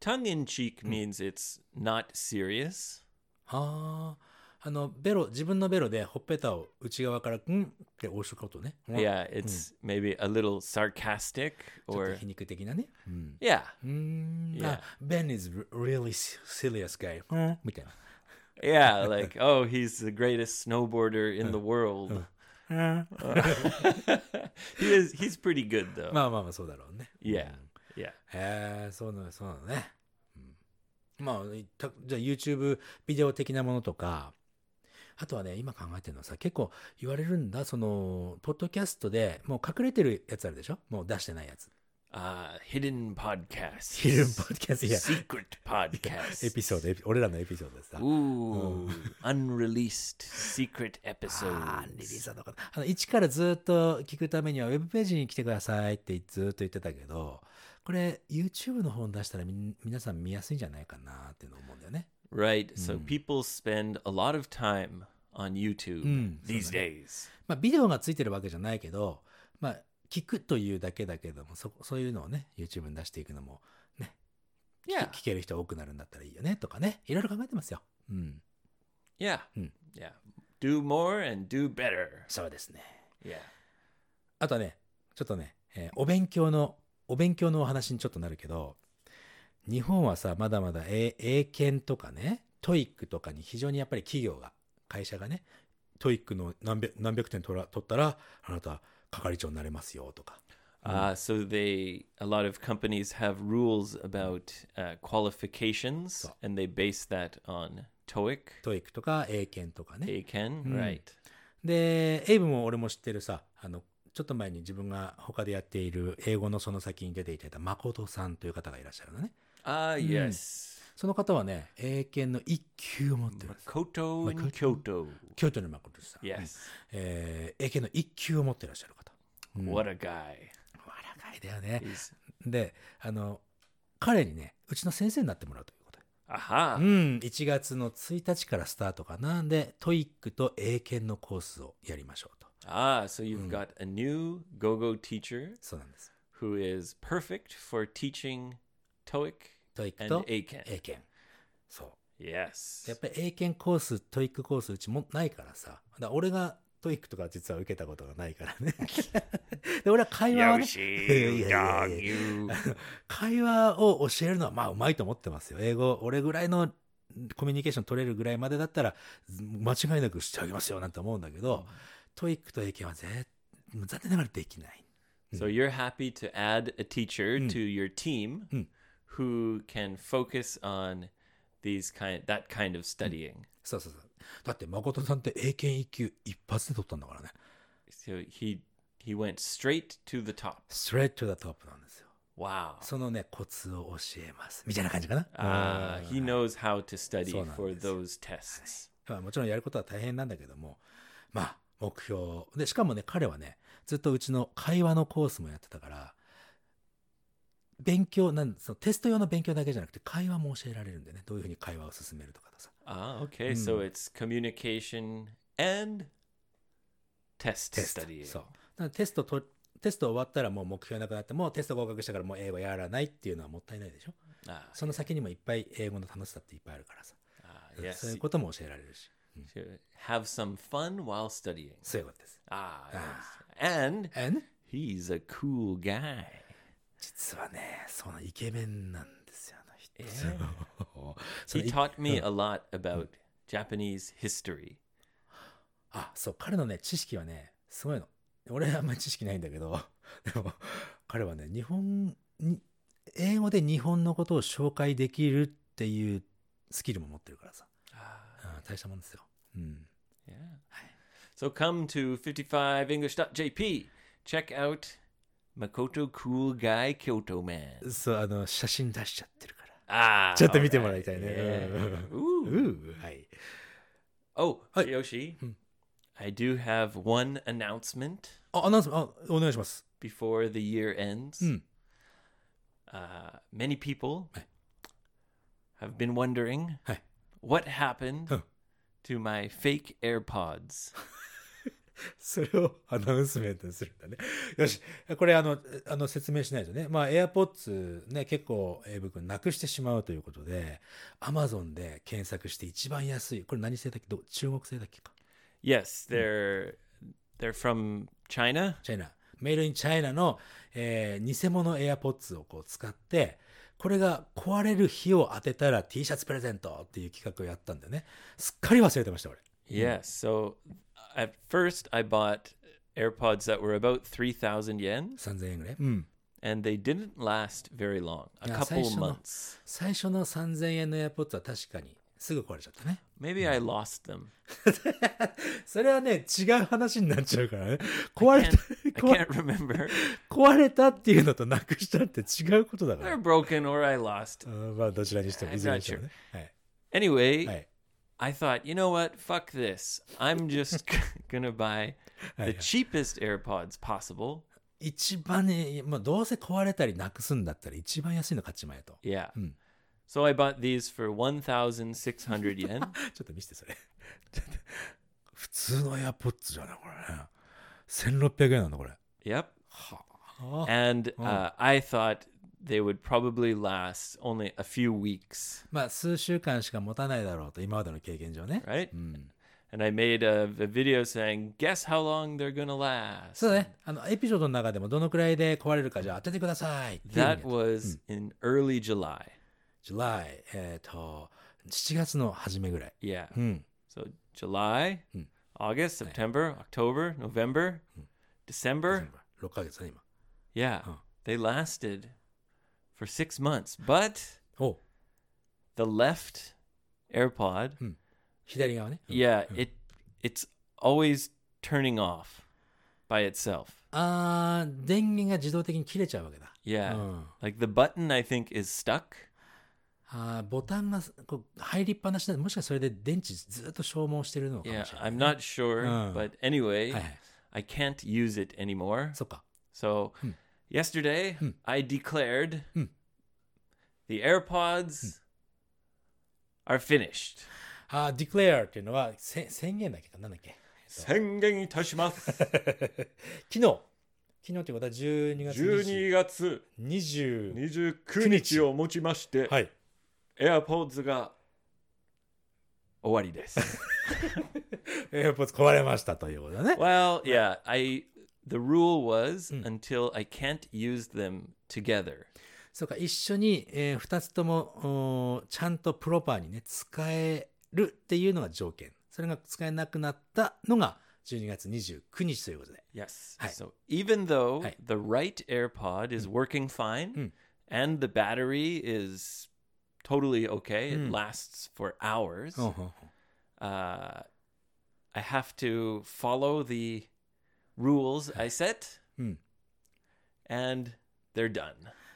Speaker 3: Tongue in cheek means it's not serious.
Speaker 2: ああ、あの、ベロ、自分のベロでほっぺたを内側から、うんって押すことね。うん
Speaker 3: Yeah, it's maybe a little sarcastic
Speaker 2: ちょっ
Speaker 3: or
Speaker 2: と皮肉的なね。うん。
Speaker 3: yeah,
Speaker 2: うーん。
Speaker 3: Yeah.
Speaker 2: あ Ben is really serious guy. うんみたいな。
Speaker 3: yeah, like (laughs) oh, he's the greatest snowboarder in the world. (laughs) he is. He's pretty good though.
Speaker 2: まあまあまあ、そうだろうね。
Speaker 3: Yeah, yeah.
Speaker 2: へえ、そうなの、そうなのね。うんまあ、いったじゃあ YouTube ビデオ的なものとか、あとはね、今考えてるのはさ、結構言われるんだ、その、ポッドキャストでもう隠れてるやつあるでしょもう出してないやつ。
Speaker 3: Uh,
Speaker 2: (laughs)
Speaker 3: hidden podcast.
Speaker 2: ヒ
Speaker 3: (laughs)
Speaker 2: ルンポッドキャスト、いや、
Speaker 3: secret podcast.
Speaker 2: エピソードエピ、俺らのエピソードでさ。
Speaker 3: Ooh, unreleased secret
Speaker 2: あーリリ
Speaker 3: episodes.
Speaker 2: ーさんのかあの、一からずっと聞くためには、ウェブページに来てくださいってずっと言ってたけど、これ、YouTube の方に出したらみん、皆さん見やすいんじゃないかなっていうのを思うんだよね。
Speaker 3: Right. So people spend a lot of time on YouTube
Speaker 2: Hmm.
Speaker 3: these days.
Speaker 2: まあ、ビデオがついてるわけじゃないけど、まあ、聞くというだけだけども、そ、そういうのをね、YouTube に出していくのも、ね、
Speaker 3: Yeah.
Speaker 2: 聞ける人多くなるんだったらいいよね、とかね、いろいろ考えてますよ。うん。
Speaker 3: Yeah.
Speaker 2: Mm.
Speaker 3: Yeah. Do more and do better.
Speaker 2: そうですね。
Speaker 3: Yeah.
Speaker 2: あとね、ちょっとね、えーお勉強の、お勉強のお話にちょっとなるけど、日本はさ、まだまだ英英検とかね、トイックとかに非常にやっぱり企業が、会社がね、トイックの何百何百点取ら取ったら、あなた係長になれますよとか。
Speaker 3: Uh, so they a lot of companies have rules about uh, qualifications, and they base that on TOEIC,
Speaker 2: トイックとか英検とかね。
Speaker 3: ACAN,
Speaker 2: Mm.
Speaker 3: right?
Speaker 2: で、エイブも俺も知ってるさ、あの、ちょっと前に自分が他でやっている英語のその先に出ていただいた誠さんという方がいらっしゃるのね。
Speaker 3: Ah, yes.
Speaker 2: その方はね、英検の一級を持ってる。
Speaker 3: Makoto in Kyoto.
Speaker 2: 京都の誠さん。
Speaker 3: Yes.
Speaker 2: えー英検の一級を持ってらっしゃる方。
Speaker 3: What a guy.
Speaker 2: わらかいだよね。
Speaker 3: He's
Speaker 2: で、あの、彼にね、うちの先生になってもらうということで。
Speaker 3: aha.
Speaker 2: うん、1月の1日からスタートかな。で、トイックと英検のコースをやりましょうと。
Speaker 3: Ah, so you've got a new go-go teacher
Speaker 2: そうなんです。
Speaker 3: who is perfect for teaching TOEIC
Speaker 2: トイック
Speaker 3: and
Speaker 2: と英
Speaker 3: ACAN.
Speaker 2: 検。そう。
Speaker 3: Yes.
Speaker 2: やっぱり英検コース、トイックコースうちもないからさ。だから俺がトイックとか実は受けたことがないから (laughs) ね。で、俺は会話は、ね、いや
Speaker 4: Yoshi,
Speaker 2: い
Speaker 4: you
Speaker 2: や
Speaker 4: dog,
Speaker 2: いや
Speaker 4: you.
Speaker 2: 会話を教えるのはまあうまいと思ってますよ。英語、俺ぐらいのコミュニケーション取れるぐらいまでだったら、間違いなくしてあげますよなんて思うんだけど、トイックと英検は絶残念ながらできない。
Speaker 3: So you're happy to add a teacher to your team who can focus on these kind that kind of studying.
Speaker 2: そうそうそう。だって誠さんって英検一級一発で取ったんだからね。
Speaker 3: So he he went straight to the top.
Speaker 2: ストレート t トップなんですよ。
Speaker 3: Wow.
Speaker 2: そのね、コツを教えます。みたいな感じかな。
Speaker 3: Ah, he knows how to study
Speaker 2: Sonan
Speaker 3: for
Speaker 2: desu.
Speaker 3: those tests.
Speaker 2: まあもちろんやることは大変なんだけども、まあ、目標。で、しかもね、彼はね、ずっとうちの会話のコースもやってたから、勉強、なんそのテスト用の勉強だけじゃなくて、会話も教えられるんでね、どういうふうに会話を進めるとかさ。
Speaker 3: Ah, okay. So it's communication and test
Speaker 2: テスト。
Speaker 3: studying.
Speaker 2: そう。だからテストと、テスト終わったらもう目標なくなって、もうテスト合格したからもう英語やらないっていうのはもったいないでしょ。
Speaker 3: Ah,
Speaker 2: その先にもいっぱい英語の楽しさっていっぱいあるからさ。
Speaker 3: ah,
Speaker 2: そうい
Speaker 3: yes.
Speaker 2: うことも教えられるし。
Speaker 3: Have some fun while studying.
Speaker 2: そういうことです。
Speaker 3: Ah, yes. and
Speaker 2: And?
Speaker 3: he's a cool guy.
Speaker 2: 実はね、そのイケメンなんですよ、あの人。その
Speaker 3: He
Speaker 2: い
Speaker 3: taught me a lot about Japanese history.
Speaker 2: あ、そう、彼のね、知識はね、すごいの。俺あんまり知識ないんだけど、 (laughs) でも、彼はね、日本に、英語で日本のことを紹介できるっていうスキルも持ってるからさ。うん大したもんですよ。うん。
Speaker 3: Yeah. So come to 55english.jp. Check out Makoto Cool Guy Kyoto Man.
Speaker 2: そう、あの、写真出しちゃってるから。
Speaker 3: Ah.
Speaker 2: ちょっと見てもらいたいね。
Speaker 3: alright.
Speaker 2: うん
Speaker 3: Yeah. Ooh.
Speaker 2: うんはい。
Speaker 3: Oh,
Speaker 2: Hi.
Speaker 3: Yoshi. I do have one announcement
Speaker 2: あ、アナウンス、あ、お願いします。
Speaker 3: before the year ends.
Speaker 2: Hmm.
Speaker 3: Uh, many people
Speaker 2: Hi.
Speaker 3: have been wondering
Speaker 2: はい。
Speaker 3: what happened
Speaker 2: Huh.
Speaker 3: to my fake AirPods.
Speaker 2: それをアナウンスメントにするんだね。よし、これあの、あの説明しないとね。まあ、AirPods ね、結構、エイブ君なくしてしまうということで、Amazon で検索して一番安い。これ何製だっけどう中国製だっけか。
Speaker 3: Yes, they're they're from China.
Speaker 2: チャイナ。メイルインチャイナの、えー偽物 AirPods をこう使って、これが壊れる日を当てたら T シャツプレゼントっていう企画をやったんだよね。すっかり忘れてました、俺。
Speaker 3: Yes. So at first I bought AirPods that were about 3000 yen
Speaker 2: 3000円ぐらい。うん。
Speaker 3: and they didn't last very long. A
Speaker 2: いや、
Speaker 3: couple
Speaker 2: 最初の-
Speaker 3: months.
Speaker 2: 最初の3000円の AirPods は確かにすぐ壊れちゃったね。
Speaker 3: Maybe I lost them.
Speaker 2: (laughs) それはね、違う話になっちゃうからね。壊れ
Speaker 3: And
Speaker 2: た
Speaker 3: I
Speaker 2: 壊れ、
Speaker 3: can't remember.
Speaker 2: 壊れたっていうのとなくしたって違うことだか
Speaker 3: They're
Speaker 2: ら。
Speaker 3: (laughs) broken or I lost.
Speaker 2: うんまあ、どちらにしても、いずれにしてもね。はい。
Speaker 3: Anyway,
Speaker 2: はい。
Speaker 3: I thought, you know what? Fuck this. I'm just (laughs) going to buy the cheapest AirPods possible.
Speaker 2: 一番ね、まあ、どうせ壊れたりなくすんだったら一番安いの買っちまえと。
Speaker 3: Yeah.
Speaker 2: Mm.
Speaker 3: So I bought these for 1,600 yen.
Speaker 2: ちょっと見せてそれ。 (laughs) ちょっと普通の AirPods じゃないこれね。1600円なんだこれ。
Speaker 3: yep.
Speaker 2: あ
Speaker 3: And uh, I thought they would probably last only a few weeks,
Speaker 2: まあ数週間しか持たないだろうと今までの経験上ね。
Speaker 3: right? And I made a, a video saying, guess how long they're going to last.
Speaker 2: そうだね。あのエピソードの中でもどのくらいで壊れるかじゃあ当ててくださいっていうの
Speaker 3: that
Speaker 2: が。
Speaker 3: was in early July.
Speaker 2: July えっ、と7月の初めぐらい。
Speaker 3: Yeah.
Speaker 2: うん。
Speaker 3: So July, August, September, October, November, December.
Speaker 2: 6ヶ月だね今。
Speaker 3: Yeah. They lasted for six months, but
Speaker 2: おう
Speaker 3: the left AirPod,
Speaker 2: 左側ね。
Speaker 3: yeah, it it's always turning off by itself.
Speaker 2: あー電源が自動的に切れちゃうわけだ。
Speaker 3: Yeah.
Speaker 2: Oh.
Speaker 3: Like the button I think is stuck.
Speaker 2: あーボタンがこう入りっぱなしなんでもしかしたらそれで電池ずっと消耗してるのかも
Speaker 3: Yeah,
Speaker 2: しれない。
Speaker 3: I'm not sure,
Speaker 2: Oh.
Speaker 3: but anyway,
Speaker 2: Aye.
Speaker 3: I can't use it anymore.
Speaker 2: そっか。
Speaker 3: So hmm. yesterday I declared the AirPods are finished.
Speaker 2: あー declare っていうのはせ宣言だっけかなんだっけ (laughs)
Speaker 3: (laughs) 宣言いたします。
Speaker 2: 昨日昨日ってことは12月20 20
Speaker 3: 29
Speaker 2: 日を
Speaker 3: もちまして、
Speaker 2: はい
Speaker 3: AirPods が終わりです。
Speaker 2: AirPods 壊れましたということだね
Speaker 3: well, yeah, I the rule was until I can't use them together.
Speaker 2: そうか一緒に、え2つともおーちゃんとプロパーにね使えるっていうのが条件それが使えなくなったのが12月29日ということで
Speaker 3: Yes.
Speaker 2: はい。
Speaker 3: So even though
Speaker 2: はい。
Speaker 3: the right AirPod is working fine and the battery is totally okay, it lasts for hours.
Speaker 2: Oh.
Speaker 3: uh, I have to follow the rules I set,
Speaker 2: Mm.
Speaker 3: and they're done.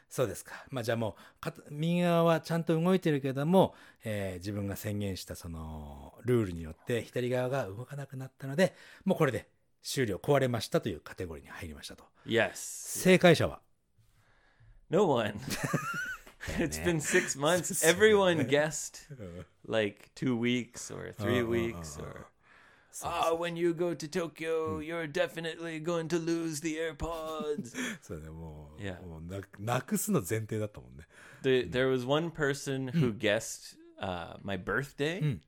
Speaker 2: そうですかまあじゃあもうかた右側はちゃんと動いてるけども、えー自分が宣言したそのルールによって左側が動かなくなったのでもうこれで終了壊れましたというカテゴリーに入りましたと
Speaker 3: Yes,
Speaker 2: 正解者は
Speaker 3: no one. (laughs) it's been (laughs) six months. Uh-huh. Everyone guessed like two weeks or three weeks or. Ah, when you go to Tokyo, you're definitely going to lose the (laughs) AirPods.
Speaker 2: そうだねもう
Speaker 3: Yeah.
Speaker 2: もうななくすの前提だったもんね
Speaker 3: the, there was one person who guessed uh, my birthday.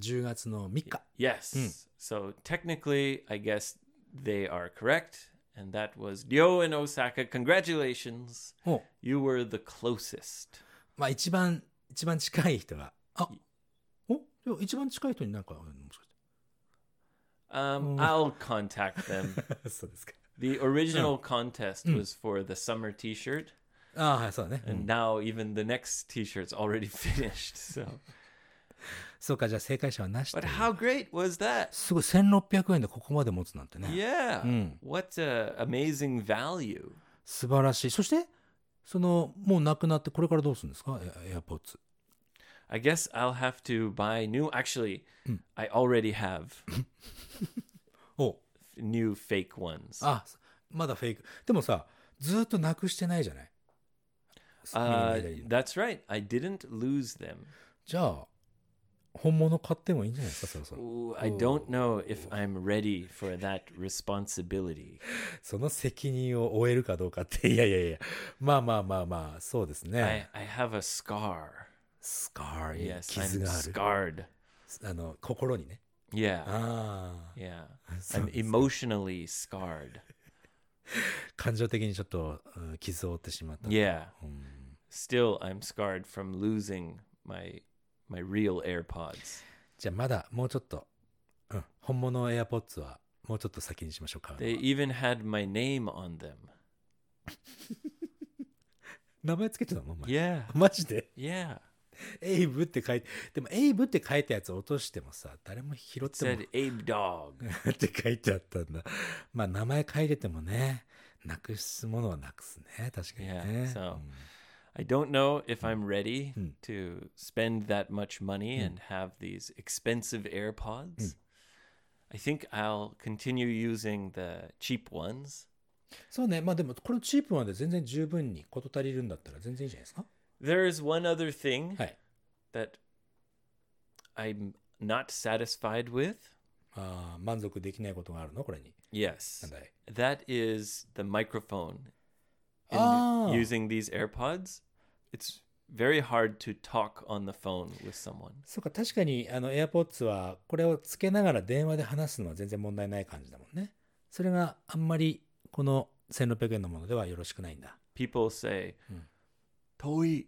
Speaker 2: 10月の3日
Speaker 3: Yes. So technically, I guess they are correct. And that was Ryo in Osaka. Congratulations.
Speaker 2: を、
Speaker 3: You were the closest.
Speaker 2: まあ一番一番近い人があおでも一番近い人になんかあるのもしかし
Speaker 3: Um, I'll contact (laughs) them.
Speaker 2: て (laughs) そうですか
Speaker 3: The original contest was for the summer t shirt.
Speaker 2: ああはいそうだね、
Speaker 3: And now, even the next t shirt's already (laughs) finished. So,
Speaker 2: そうかじゃあ正解者はなしと
Speaker 3: but
Speaker 2: いう
Speaker 3: how great was that?
Speaker 2: すごい1600円でここまで持つなんてね
Speaker 3: Yeah.
Speaker 2: Mm.
Speaker 3: What a amazing value.
Speaker 2: 素晴らしいそしてそのもうなくなってこれからどうするんですかエアポッツ
Speaker 3: I guess I'll have to buy new. Actually, I already have (laughs)
Speaker 2: お
Speaker 3: new fake ones. Uh,
Speaker 2: あまだフェイクでもさずっとなくしてないじゃない
Speaker 3: Uh,
Speaker 2: 右の左の
Speaker 3: that's right. I didn't lose them.
Speaker 2: じゃあ本物買ってもいいんじゃないですか、そろそろ。
Speaker 3: Ooh, I don't know if I'm ready for that responsibility.
Speaker 2: その責任を負えるかどうかって、 (laughs) いやいやいや、まあまあまあまあ、そうですね。
Speaker 3: I, I have a scar.
Speaker 2: スカー、いや
Speaker 3: Yes,
Speaker 2: 傷
Speaker 3: I'm
Speaker 2: がある。
Speaker 3: scarred.
Speaker 2: あの、心にね。
Speaker 3: Yeah,
Speaker 2: ああ、
Speaker 3: yeah. I'm emotionally scarred.
Speaker 2: 感情的にちょっと、うん傷を負ってしまった。
Speaker 3: Yeah. Still, I'm scarred from losing my my real AirPods.
Speaker 2: じゃあまだもうちょっと、うん、本物の AirPods はもうちょっと先にしましょうか。
Speaker 3: They even had my name on them.
Speaker 2: 名前つけてたのお前。
Speaker 3: Yeah,
Speaker 2: マジで
Speaker 3: yeah.
Speaker 2: エイブって書いて、でもエイブって書いたやつ落としてもさ、誰も拾っ
Speaker 3: It
Speaker 2: ても
Speaker 3: said Abe Dog.
Speaker 2: (laughs) って書いてあったんだ。まあ名前書いててもね、なくすものはなくすね。確かに
Speaker 3: Yeah.
Speaker 2: ね。
Speaker 3: So I don't know if I'm ready to spend that much money and have these expensive AirPods. I think I'll continue using the cheap ones.
Speaker 2: そうね、まあでもこのチープまで全然十分に事足りるんだったら全然いいじゃないですか。
Speaker 3: There is one other thing
Speaker 2: はい。
Speaker 3: that I'm not satisfied with.
Speaker 2: あー満足できないことがあるのこれに。な
Speaker 3: Yes.
Speaker 2: んだい
Speaker 3: That is the microphone. In
Speaker 2: Ah.
Speaker 3: using these AirPods, it's very hard to talk on the phone with someone.
Speaker 2: そうか、確かにあの AirPods はこれをつけながら電話で話すのは全然問題ない感じだもんね。それがあんまりこの1600円のものではよろしくないんだ。
Speaker 3: People say, Toi,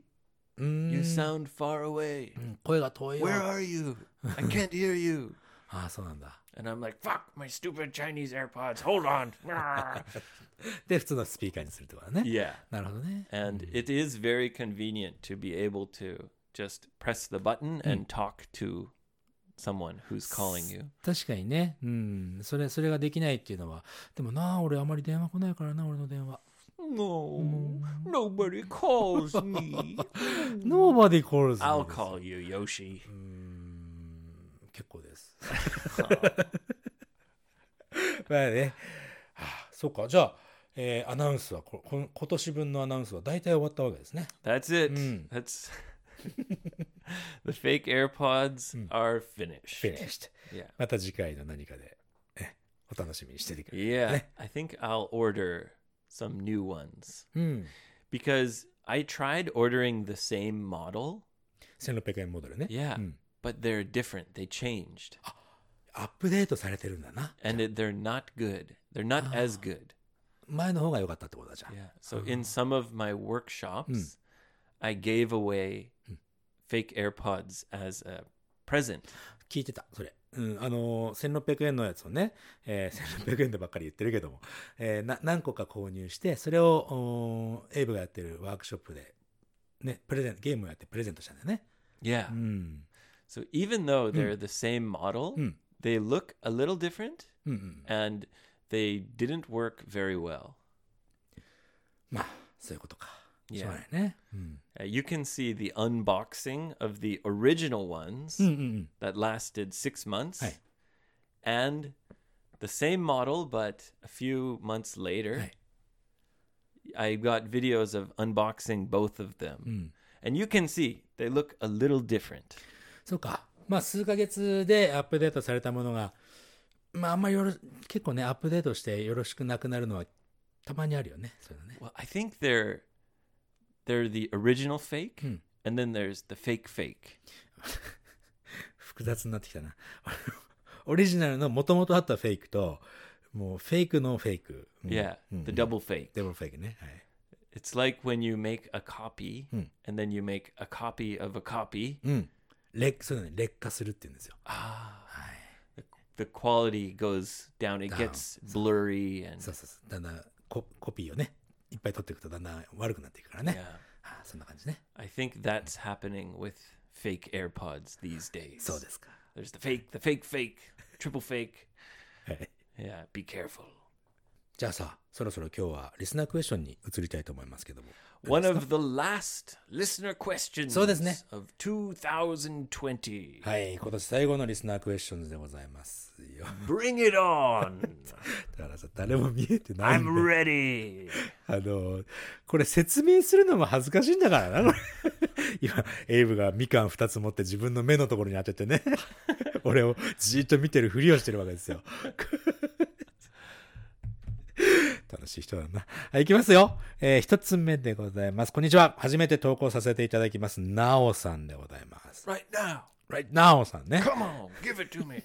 Speaker 2: うーん
Speaker 3: you sound far away.
Speaker 2: 声が遠いよ。
Speaker 3: Where are you? I can't hear you.
Speaker 2: ああ、そうなんだ。
Speaker 3: And I'm like,
Speaker 4: Fuck my stupid Chinese AirPods. Hold (laughs) on. Grr.
Speaker 2: で、普通のスピーカーにするってことだね。
Speaker 3: yeah.
Speaker 2: なるほどね。
Speaker 3: And it is very convenient to be able to just press the button and talk to someone who's calling you.
Speaker 2: 確かにね。うん。それ、それができないっていうのは。でもなあ、俺あまり電話来ないからな、俺の電話。
Speaker 3: No, nobody calls me.
Speaker 2: Nobody calls me.
Speaker 3: I'll call you, Yoshi.
Speaker 2: 結構です。 (laughs) まあね。はあ、そうか。じゃあ、えーアナウンスはこ、こん今年分のアナウンスは大体終わったわけですね。
Speaker 3: That's it. That's (laughs) the fake AirPods are finished.
Speaker 2: finished.
Speaker 3: Yeah.
Speaker 2: また次回の何かで、ねお楽しみにしててくれ。
Speaker 3: Yeah. I think I'll order some new ones
Speaker 2: うん。
Speaker 3: because I tried ordering the same model.
Speaker 2: 1600円モデルね。
Speaker 3: Yeah.
Speaker 2: うん
Speaker 3: But they're different. They changed.
Speaker 2: アップデートされてるんだな。
Speaker 3: And it, they're not good. They're not as good.
Speaker 2: 前の方が良かったってことだじゃん。
Speaker 3: Yeah. So in some of my workshops, I gave away fake AirPods as a present.
Speaker 2: 聞いてた、それ。うん、あのー、1600円のやつをね、えー、1600円でばっ (laughs) かり言ってるけども、えーな何個か購入して、それを、おーエイブがやってるワークショップで、ね、プレゼンゲームをやってプレゼントしたんだよね。
Speaker 3: Yeah.
Speaker 2: うん。
Speaker 3: Mm. So even though they're the same model, they look a little different
Speaker 2: うんうん。
Speaker 3: and they didn't work very well.
Speaker 2: まあ、そういうことか。
Speaker 3: Yeah.
Speaker 2: しょうがないね。うん。
Speaker 3: Uh, you can see the unboxing of the original ones
Speaker 2: うんうんうん。
Speaker 3: that lasted six months
Speaker 2: Aye.
Speaker 3: and the same model, but a few months later, I got videos of unboxing both of them. And you can see they look a little different.
Speaker 2: そうか。まあ、数ヶ月でアップデートされたものが、まあ、あんまりよろ、結構ね、アップデートしてよろしくなくなるのは、たまにあるよね。そういうのね。
Speaker 3: Well, I think they're they're the original fake, and then there's the fake fake.
Speaker 2: (laughs) 複雑になってきたな。オリジナルの元々あったフェイクと、もうフェイクのフェイク。うん
Speaker 3: Yeah, the double fake.
Speaker 2: デブルフェイクね。はい。
Speaker 3: It's like when you make a copy, and then you make a copy of a copy.
Speaker 2: 劣そうだね、劣化するって言うんですよ。
Speaker 3: Ah. The quality goes down. It gets blurry, and
Speaker 2: そうそうそう。だんだんココピーをね、いっぱい取っていくとだんだん悪くなっていくからね。
Speaker 3: yeah,
Speaker 2: ああそんな感じね。
Speaker 3: I think that's happening with fake AirPods these days.
Speaker 2: そうですか。
Speaker 3: There's the fake, the fake fake, triple fake.
Speaker 2: はい。
Speaker 3: Yeah, be careful.
Speaker 2: じゃあさ、そろそろ今日はリスナークエスチョンに移りたいと思いますけども。
Speaker 3: One of the last listener questions
Speaker 2: そうですね。
Speaker 3: of 2020.
Speaker 2: はい、今年最後のリスナークエスチョンズでございますよ。 (laughs)
Speaker 4: Bring it
Speaker 3: (laughs)
Speaker 4: on.
Speaker 2: だからさ、誰も見えてないんだよ
Speaker 4: I'm ready.
Speaker 2: あの、これ説明するのも恥ずかしいんだからな、これ。 (laughs) 今、エイブがみかん2つ持って自分の目のところに当ててね、俺をじーっと見てるふりをしてるわけですよ。 (laughs) 楽しい人だな。はい、いきますよ。えー一つ目でございます。こんにちは。初めて投稿させていただきます。なおさんでございます。
Speaker 4: Right now.
Speaker 2: Right, なおさんね。
Speaker 4: Come on. Give it to me.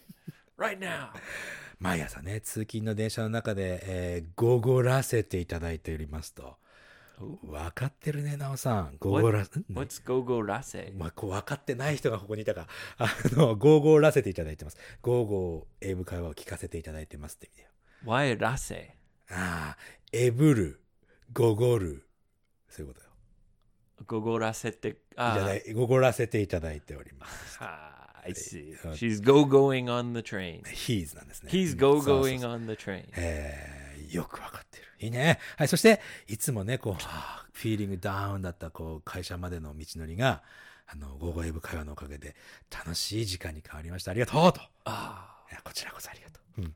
Speaker 4: Right
Speaker 3: (laughs)
Speaker 4: now.
Speaker 2: 毎朝ね、通勤の電車の中で、えー、ごごらせていただいておりますと。分かってるね、なおさん。ごごら、ん
Speaker 3: What's go go rase?
Speaker 2: まあ、こう分かってない人がここにいたか。 (laughs) あの、ゴーゴーらせていただいてます。ゴーゴー英語会話を聞かせていただいてますって意味だよ。
Speaker 3: Why rase?
Speaker 2: ああ、エブル、ゴゴル。そういうことよ。
Speaker 3: Go go rase って、
Speaker 2: いただ
Speaker 3: あ
Speaker 2: いごごらせていただいております。
Speaker 3: あ、ah, I see. She's go going on the train.
Speaker 2: He's なんですね。
Speaker 3: He's
Speaker 2: うん
Speaker 3: go
Speaker 2: そうそうそう
Speaker 3: going on the train.
Speaker 2: えーよくわかってる。いいね。はい、そして、いつもね、こう、はあフィーリングダウンだった、こう、会社までの道のりが、あの、午後英語会話のおかげで、楽しい時間に変わりました。ありがとうと。
Speaker 3: Ah,
Speaker 2: いやこちらこそありがとう。うん。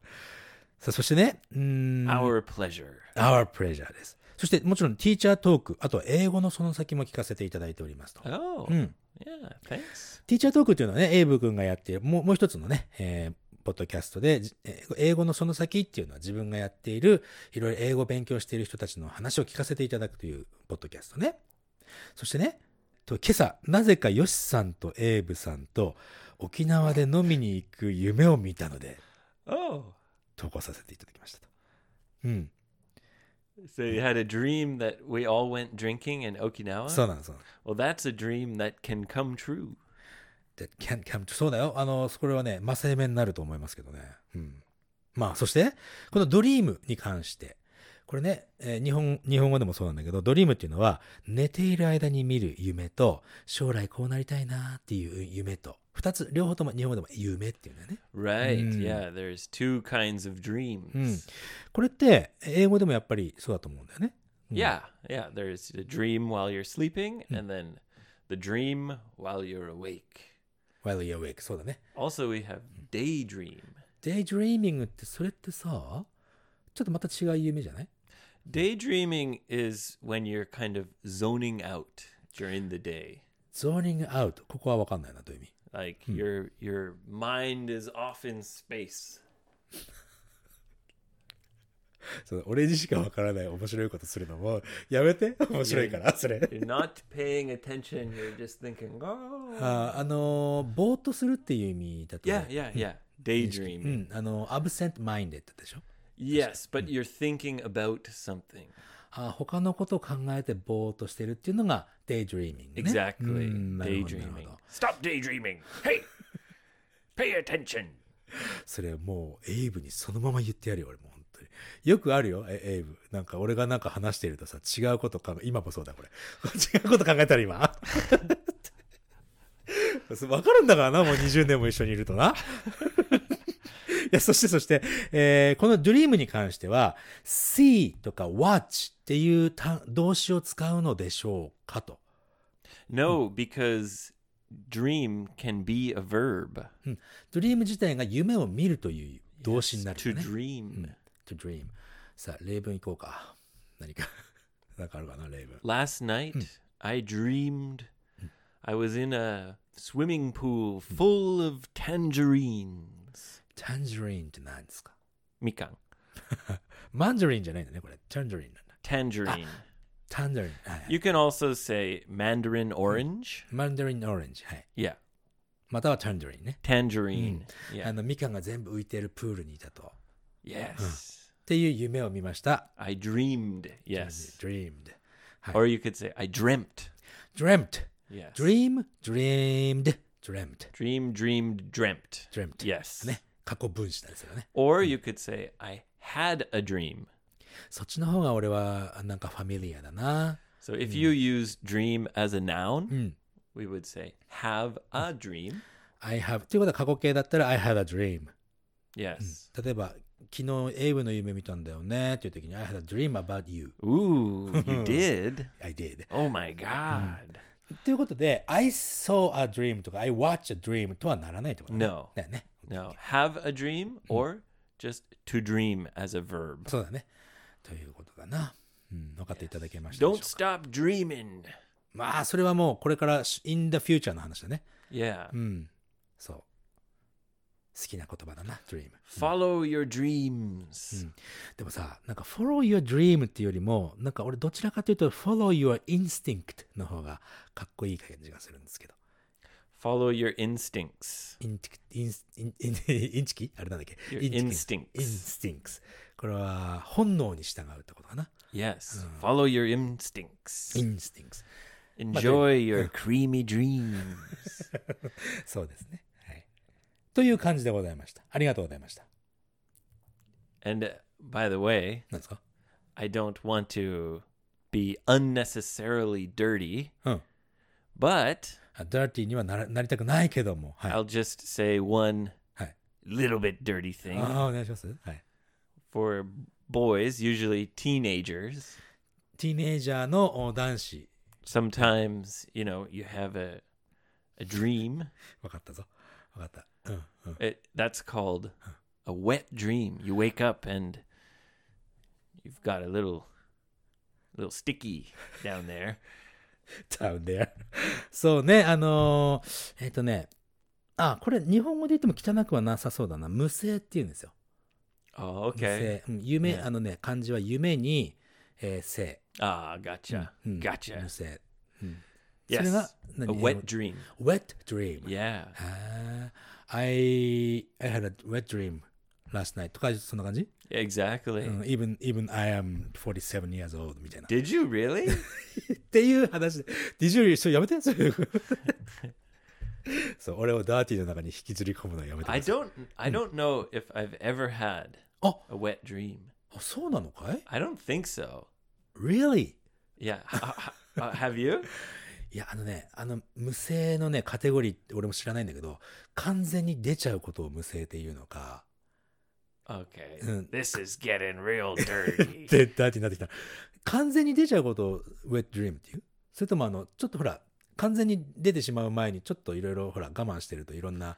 Speaker 2: さあ、そしてね、うーん、
Speaker 3: our pleasure.
Speaker 2: our pleasure です。そして、もちろん、ティーチャートーク、あとは英語のその先も聞かせていただいておりますと。
Speaker 3: Oh,
Speaker 2: うん。
Speaker 3: yeah, thanks.
Speaker 2: ティーチャートークっていうのはね、エイブ君がやっている、もうもう一つのね、えーポッドキャストで、じえー英語のその先っていうのは自分がやっている、いろいろ英語を勉強している人たちの話を聞かせていただくというポッドキャストね。そしてね、と今朝、なぜかヨシさんとエイブさんと沖縄で飲みに行く夢を見たので、
Speaker 3: Oh,
Speaker 2: 投稿させていただきましたと。うん。
Speaker 3: so you had a dream that we all went drinking in Okinawa?
Speaker 2: そうなの、そうなの。
Speaker 3: well, that's a dream that can come true.
Speaker 2: That can come to- そうだよ。あの、これはね、ま生目になると思いますけどね。うん。まあ、そして、このドリームに関して。これね、えー日本、日本語でもそうなんだけど、ドリームっていうのは、寝ている間に見る夢と、将来こうなりたいなっていう夢と、二つ、両方とも日本語でも夢っていうんだよね。
Speaker 3: Right.
Speaker 2: Mm.
Speaker 3: Yeah, there's two kinds of dreams.
Speaker 2: うん。これって、英語でもやっぱりそうだと思うんだよね。うん
Speaker 3: Yeah, yeah, there's a dream while you're sleeping and then the dream while you're awake.
Speaker 2: While you're awake. そうだね。
Speaker 3: Also, we have daydream.
Speaker 2: Daydreaming って、それってさ、ちょっとまた違う夢じゃない
Speaker 3: Daydreaming is when you're kind of zoning out during the day.
Speaker 2: Zoning out. ここはわかんないな、どういう意味。
Speaker 3: Like your your mind is off in space.
Speaker 2: そう俺にしかわからない面白いことするのもやめて面白いからそれ
Speaker 3: You're not paying attention. You're just thinking, oh,
Speaker 2: ああのーぼーっとするっていう意味だと
Speaker 3: yeah, yeah, yeah.
Speaker 2: う
Speaker 3: Daydreaming.
Speaker 2: んあの absent minded でしょ
Speaker 3: Yes, but you're thinking about something.
Speaker 2: あ他のことを考えてぼーっとしてるっていうのが daydreaming ね
Speaker 3: Exactly.
Speaker 2: うんなるほどなるほ
Speaker 3: Daydreaming.
Speaker 2: ど
Speaker 4: Stop daydreaming. Hey. Pay attention.
Speaker 2: それもうエイブにそのまま言ってやるよ俺もう本当によくあるよえエイブなんか俺がなんか話してるとさ違うこと考え今もそうだこれ (laughs) 違うこと考えたら今 (laughs) 分かるんだからなもう20年も一緒にいるとな (laughs) いやそしてそして、えーこの Dream に関しては See とか Watch っていう単動詞を使うのでしょうかと
Speaker 3: No,
Speaker 2: Hmm.
Speaker 3: because dream can be a verb.
Speaker 2: Dream 自体が夢を見るという動詞になる
Speaker 3: To
Speaker 2: よね、
Speaker 3: dream.
Speaker 2: to dream さあ例文いこうか何か (laughs) なんかあるかな例文
Speaker 3: Last
Speaker 2: Hmm.
Speaker 3: night, I dreamed I was in a swimming pool
Speaker 2: Hmm.
Speaker 3: full of tangerines.
Speaker 2: tangerine って何ですか
Speaker 3: Mikan.
Speaker 2: mandarin じゃないんだねこれ tangerine なんだ
Speaker 3: Tangerine.
Speaker 2: Ah. tangerine はいはい
Speaker 3: You can also say mandarin
Speaker 2: Hmm.
Speaker 3: orange.
Speaker 2: mandarin orange はい
Speaker 3: Yeah.
Speaker 2: または tangerine ね
Speaker 3: Tangerine. Yeah.
Speaker 2: あのみかんが全部浮いてるプールにいたとっ
Speaker 3: Yes.
Speaker 2: ていう夢を見ました
Speaker 3: I dreamed. Yes.
Speaker 2: dreamed
Speaker 3: Or you could say I dreamt.
Speaker 2: dreamt
Speaker 3: Yes.
Speaker 2: dream dreamed dreamt
Speaker 3: Dream, dreamed, dreamt.
Speaker 2: dreamt
Speaker 3: Yes.
Speaker 2: ね過去分詞なんですよね
Speaker 3: Or you could say, I had a dream.
Speaker 2: そっちの方が俺はなんかファミリアだな
Speaker 3: So if you use dream as a noun,
Speaker 2: うん
Speaker 3: we would say, have a dream.
Speaker 2: I have ということは過去形だったら I had a dream
Speaker 3: Yes.
Speaker 2: 例えば昨日エイブの夢見たんだよねっていう時に I had a dream about you
Speaker 3: Ooh, you did.
Speaker 2: I did
Speaker 3: Oh my God.
Speaker 2: ということで I saw a dream とか I watched a dream とはならないってことね
Speaker 3: No.
Speaker 2: だよね
Speaker 3: No. Have a dream or just to dream as a verb.
Speaker 2: そうだねということだな、うん、分かっていただけましたでしょう
Speaker 3: Don't stop dreaming.
Speaker 2: かまあ、それはもうこれから、イン・ダ・フューチャーの話だね。
Speaker 3: Yeah.
Speaker 2: うん。そう。好きな言葉だな、dream。
Speaker 3: Follow your dreams.
Speaker 2: でもさ、なんか follow your dream っていうよりも、なんか俺どちらかというと follow your instinct の方がかっこいい感じがするんですけど。
Speaker 3: Follow your instincts.
Speaker 2: インチキ、インス、イン、イン、インチキあれなんだっけ
Speaker 3: Your
Speaker 2: インイ
Speaker 3: instincts.
Speaker 2: ンスティンクス。これは本能に従うってことかな。
Speaker 3: Yes. Follow your instincts.
Speaker 2: インスティンクス。
Speaker 3: Enjoy your creamy dreams.
Speaker 2: そうですね。はい。という感じでございました。ありがとうございました。
Speaker 3: and uh, by the way,
Speaker 2: なんですか
Speaker 3: I don't want to be unnecessarily dirty,
Speaker 2: うん。
Speaker 3: but
Speaker 2: あダーティーにはならなりたくないけども。はい。
Speaker 3: I'll just say one
Speaker 2: はい。
Speaker 3: little bit dirty thing
Speaker 2: ああ、お願いします。はい。
Speaker 3: for boys, usually teenagers.
Speaker 2: ティーネイジャーのお男子。
Speaker 3: Sometimes, you know, you have a a dream.
Speaker 2: わかったぞ。わかった。うん。うん。
Speaker 3: It, that's called a wet dream. You wake up and you've got a little little sticky down there.
Speaker 2: down there. そうね、あのーえっ、とね、あ、これ日本語で言っても汚くはなさそうだな。無声って言うんですよ。
Speaker 3: Oh,
Speaker 2: 無声
Speaker 3: okay.
Speaker 2: うん夢、
Speaker 3: Yeah.
Speaker 2: あのね、漢字は夢に、えー、性。
Speaker 3: Ah, gotcha.
Speaker 2: うん、無
Speaker 3: Gotcha.
Speaker 2: 声。それ
Speaker 3: Yes.
Speaker 2: が
Speaker 3: A
Speaker 2: 何
Speaker 3: wet dream.
Speaker 2: wet dream.
Speaker 3: Yeah.
Speaker 2: あー I, I had a wet dream last night とか、そんな感じ、
Speaker 3: Exactly.
Speaker 2: うん、even, even I am 47 years old みたいな。
Speaker 3: Did you
Speaker 2: (laughs)
Speaker 3: really?
Speaker 2: っていう話で、ディジュリー、それやめて、それそう、俺をダーティーの中に引きずり込むのはやめてく
Speaker 3: I
Speaker 2: ださい。
Speaker 3: don't I don't know if I've ever had
Speaker 2: あ
Speaker 3: a wet dream.
Speaker 2: あ、そうなのかい
Speaker 3: I don't think so.
Speaker 2: ?Really?
Speaker 3: Yeah. H- h- uh, have you?
Speaker 2: いや、あのね、あの、無声のね、カテゴリーって俺も知らないんだけど、完全に出ちゃうことを無声っていうのか、
Speaker 3: Okay.
Speaker 2: Mm.
Speaker 3: This is getting real (laughs) dirty.
Speaker 2: で、ダーティーになってきた。完全に出ちゃうことを wet dream っていうそれともあの、ちょっとほら、完全に出てしまう前に、ちょっといろいろほら、我慢してるといろんな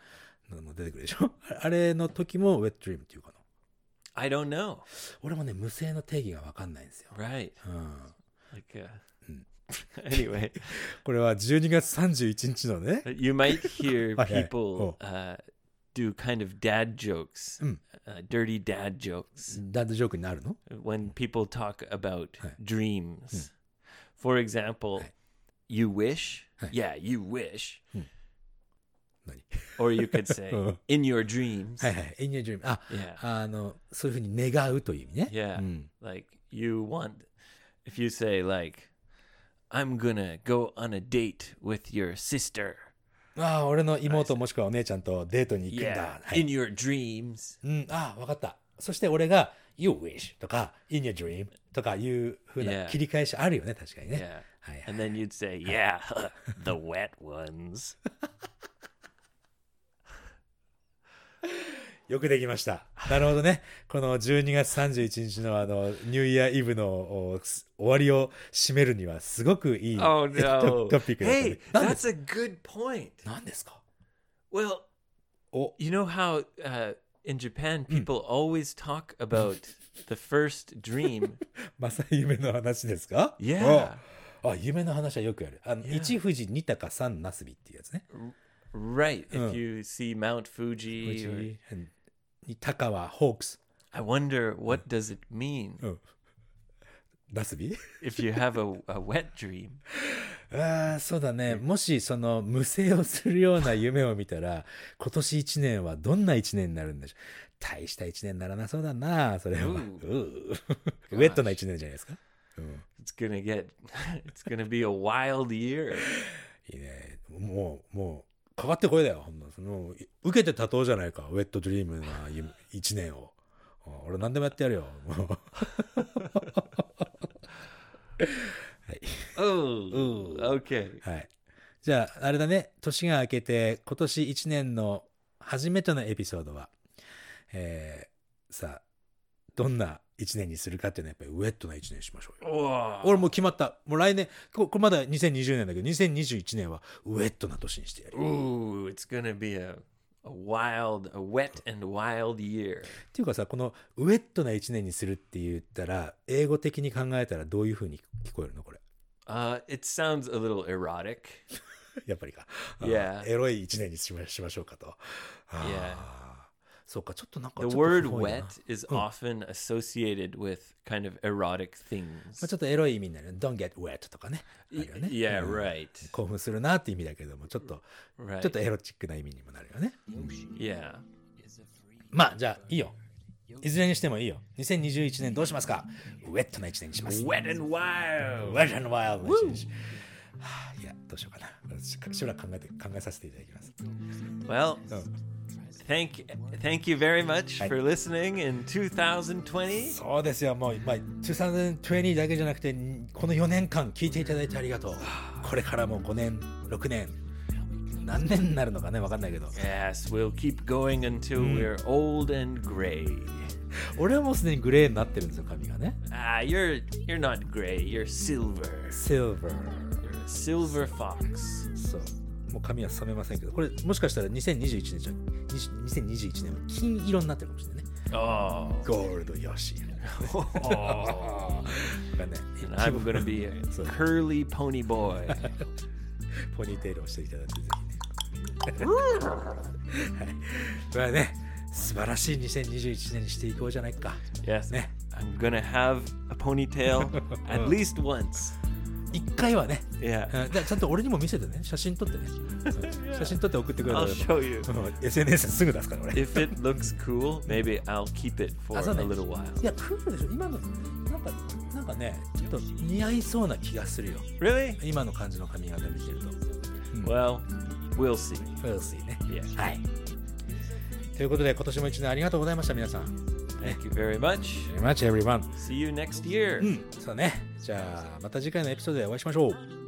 Speaker 2: のも出てくるでしょ (laughs) あれの時も wet dream っていうかな。
Speaker 3: I don't know.
Speaker 2: 俺もね、無声の定義がわかんないんですよ。
Speaker 3: Right.
Speaker 2: うん。
Speaker 3: Like uh, (laughs) anyway,
Speaker 2: これは12月31日のね、
Speaker 3: you might
Speaker 2: (laughs)
Speaker 3: hear
Speaker 2: Okay.
Speaker 3: people uh, do kind of dad jokes,
Speaker 2: Mm.
Speaker 3: uh, dirty dad jokes,
Speaker 2: ダッドジョークになるの
Speaker 3: when people talk about
Speaker 2: Hey. Hmm.
Speaker 3: dreams. For example,
Speaker 2: Hey.
Speaker 3: you wish.
Speaker 2: Hey.
Speaker 3: Yeah, you wish.
Speaker 2: 何 (laughs)
Speaker 3: Or you could say,
Speaker 2: Oh.
Speaker 3: in your dreams.
Speaker 2: はいはい。In your dream. あ、
Speaker 3: Yeah.
Speaker 2: あの、そういうふうに願うという意味ね。
Speaker 3: Yeah.
Speaker 2: うん。
Speaker 3: Like you want if you say like I'm gonna go on a date with your sister.
Speaker 2: ああ、俺の妹もしくはお姉ちゃんとデートに行くん
Speaker 3: Yeah.
Speaker 2: だ。はい
Speaker 3: In your dreams.
Speaker 2: うん、ああ、わかった。そして俺が、You wish とか、In your dream とかいうふうな
Speaker 3: Yeah.
Speaker 2: 切り返しあるよね、確かにね。
Speaker 3: Yeah.
Speaker 2: はいはい
Speaker 3: And then you'd say, Yeah, the wet
Speaker 2: (laughs)
Speaker 3: ones.
Speaker 2: よくできました。なるほどね。この12月31日のあの、ニューイヤーイブのおす終わりを締めるにはすごくいい (laughs)
Speaker 3: Oh
Speaker 2: ト
Speaker 3: no.
Speaker 2: トピックだった
Speaker 3: hey,
Speaker 2: ね。なんで
Speaker 3: that's a good point.
Speaker 2: 何ですか
Speaker 3: Well,
Speaker 2: お、
Speaker 3: you know how uh, in Japan
Speaker 2: Hmm.
Speaker 3: people always talk
Speaker 2: (laughs)
Speaker 3: about the first dream.
Speaker 2: まさ夢の話ですか
Speaker 3: Yeah.
Speaker 2: おあ、夢の話はよくやる。あの、
Speaker 3: Yeah.
Speaker 2: 一富士、二鷹、三なすびっていうやつね。
Speaker 3: Right.
Speaker 2: Oh.
Speaker 3: If you see Mount Fuji, or-
Speaker 2: 二鷹はホークス。
Speaker 3: I wonder what does it mean
Speaker 2: なす
Speaker 3: (laughs)
Speaker 2: び
Speaker 3: if you have a, a wet dream.
Speaker 2: ああ、そうだね。もし、その、無声をするような夢を見たら、今年一年はどんな一年になるんでしょう。大した一年にならなそうだな、それは。
Speaker 3: Ooh.
Speaker 2: ううウェットな一年じゃないですか。
Speaker 3: It's gonna get (laughs) it's gonna be a wild year.
Speaker 2: いいね。もう、もう、かかってこいだよ、ほんの。その、い受けて立とうじゃないか、ウェットドリームな夢一年を。あ俺何でもやってやるよ。もう (laughs)
Speaker 3: Oh
Speaker 2: Ooh.
Speaker 3: okay.
Speaker 2: はい。じゃあ、あれだね。年が明けて、今年1年の初めてのエピソードは、えー、さあ、どんな1年にするかっていうのは、やっぱりウェットな1年にしましょうよ。
Speaker 3: Whoa.
Speaker 2: 俺もう決まった。もう来年、ここれまだ2020年だけど、2021年はウェットな年にしてやるよ。
Speaker 3: Ooh, it's gonna be a a wild, a wet and wild year.
Speaker 2: っていうかさ、このウェットな1年にするって言ったら、英語的に考えたらどういう風に聞こえるのこれ。
Speaker 3: Uh, it sounds a little erotic.
Speaker 2: やっぱり (laughs) か。あー
Speaker 3: Yeah.
Speaker 2: エロい一年にしましましょうかと。
Speaker 3: Yeah.
Speaker 2: あーそうか、ちょっとなんかちょ
Speaker 3: The
Speaker 2: っと
Speaker 3: word
Speaker 2: 不本意な
Speaker 3: wet is often associated with kind of erotic things.
Speaker 2: まあ、ちょっとエロい意味になる。Don't get wet とかね。あ
Speaker 3: Y-
Speaker 2: るよね
Speaker 3: Yeah,
Speaker 2: うん
Speaker 3: right.
Speaker 2: 興奮するなって意味だけれども、ちょっと、
Speaker 3: Right.
Speaker 2: ちょっとエロチックな意味にもなるよね。
Speaker 3: Yeah.
Speaker 2: まあ、じゃあ、いいよ。いずれにしてもいいよ。2021年どうしますかウェットな一年にします。
Speaker 4: Wet and wild.
Speaker 2: ウェットワイルドな一年にしはあいや、どうしようかな。ししばらく考えて、考えさせていただきます。
Speaker 3: Well,
Speaker 2: Oh.
Speaker 3: thank thank you very much
Speaker 2: Hi.
Speaker 3: for listening in 2020.
Speaker 2: そうですよ、もう、まあ、2020だけじゃなくて、この4年間聞いていただいてありがとう。これからも5年、6年、何年になるのかね、わかんないけど。
Speaker 3: Yes, we'll keep going until we're old and gray.
Speaker 2: 俺はもうすでにグレーになってるんですよ、髪がね。
Speaker 3: Ah, you're you're not gray. You're silver.
Speaker 2: シルバー。
Speaker 3: You're a silver fox.
Speaker 2: そう。もう髪は染めませんけど、これもしかしたら2021年じゃ、20 2021年は金色になってるかもしれないね。
Speaker 3: Oh,
Speaker 2: ゴールドよし。 (laughs) がね、
Speaker 3: and I'm gonna be a
Speaker 2: So-
Speaker 3: curly pony boy.
Speaker 2: ポニーテールをしていただいて、ぜひね。はい。これはね、素晴らしい2021年にしていこうじゃないか。
Speaker 3: Yes,
Speaker 2: Yeah.
Speaker 3: I'm gonna have a ponytail at least once.
Speaker 2: 一回はね、
Speaker 3: Yeah,
Speaker 2: うんだちゃんと俺にも見せてね、写真撮ってね。うん
Speaker 3: (laughs)
Speaker 2: 写真撮って送ってくれたら
Speaker 3: I'll show you.
Speaker 2: うん SNS すぐ出すから俺。
Speaker 3: If it looks cool, maybe I'll keep it for
Speaker 2: I
Speaker 3: a
Speaker 2: thought that-
Speaker 3: little while.
Speaker 2: いや、クールでしょ今の、なんか、なんかね、ちょっと似合いそうな気がするよ。
Speaker 3: Really?
Speaker 2: 今の感じの髪型見てると。
Speaker 3: Well, we'll see.
Speaker 2: フェルシーね。
Speaker 3: Yeah.
Speaker 2: はい。ということで、今年も一年ありがとうございました、皆さん。
Speaker 3: Thank you very much.
Speaker 2: very much, everyone.
Speaker 3: See you next year.
Speaker 2: そうね。じゃあ、また次回のエピソードでお会いしましょう。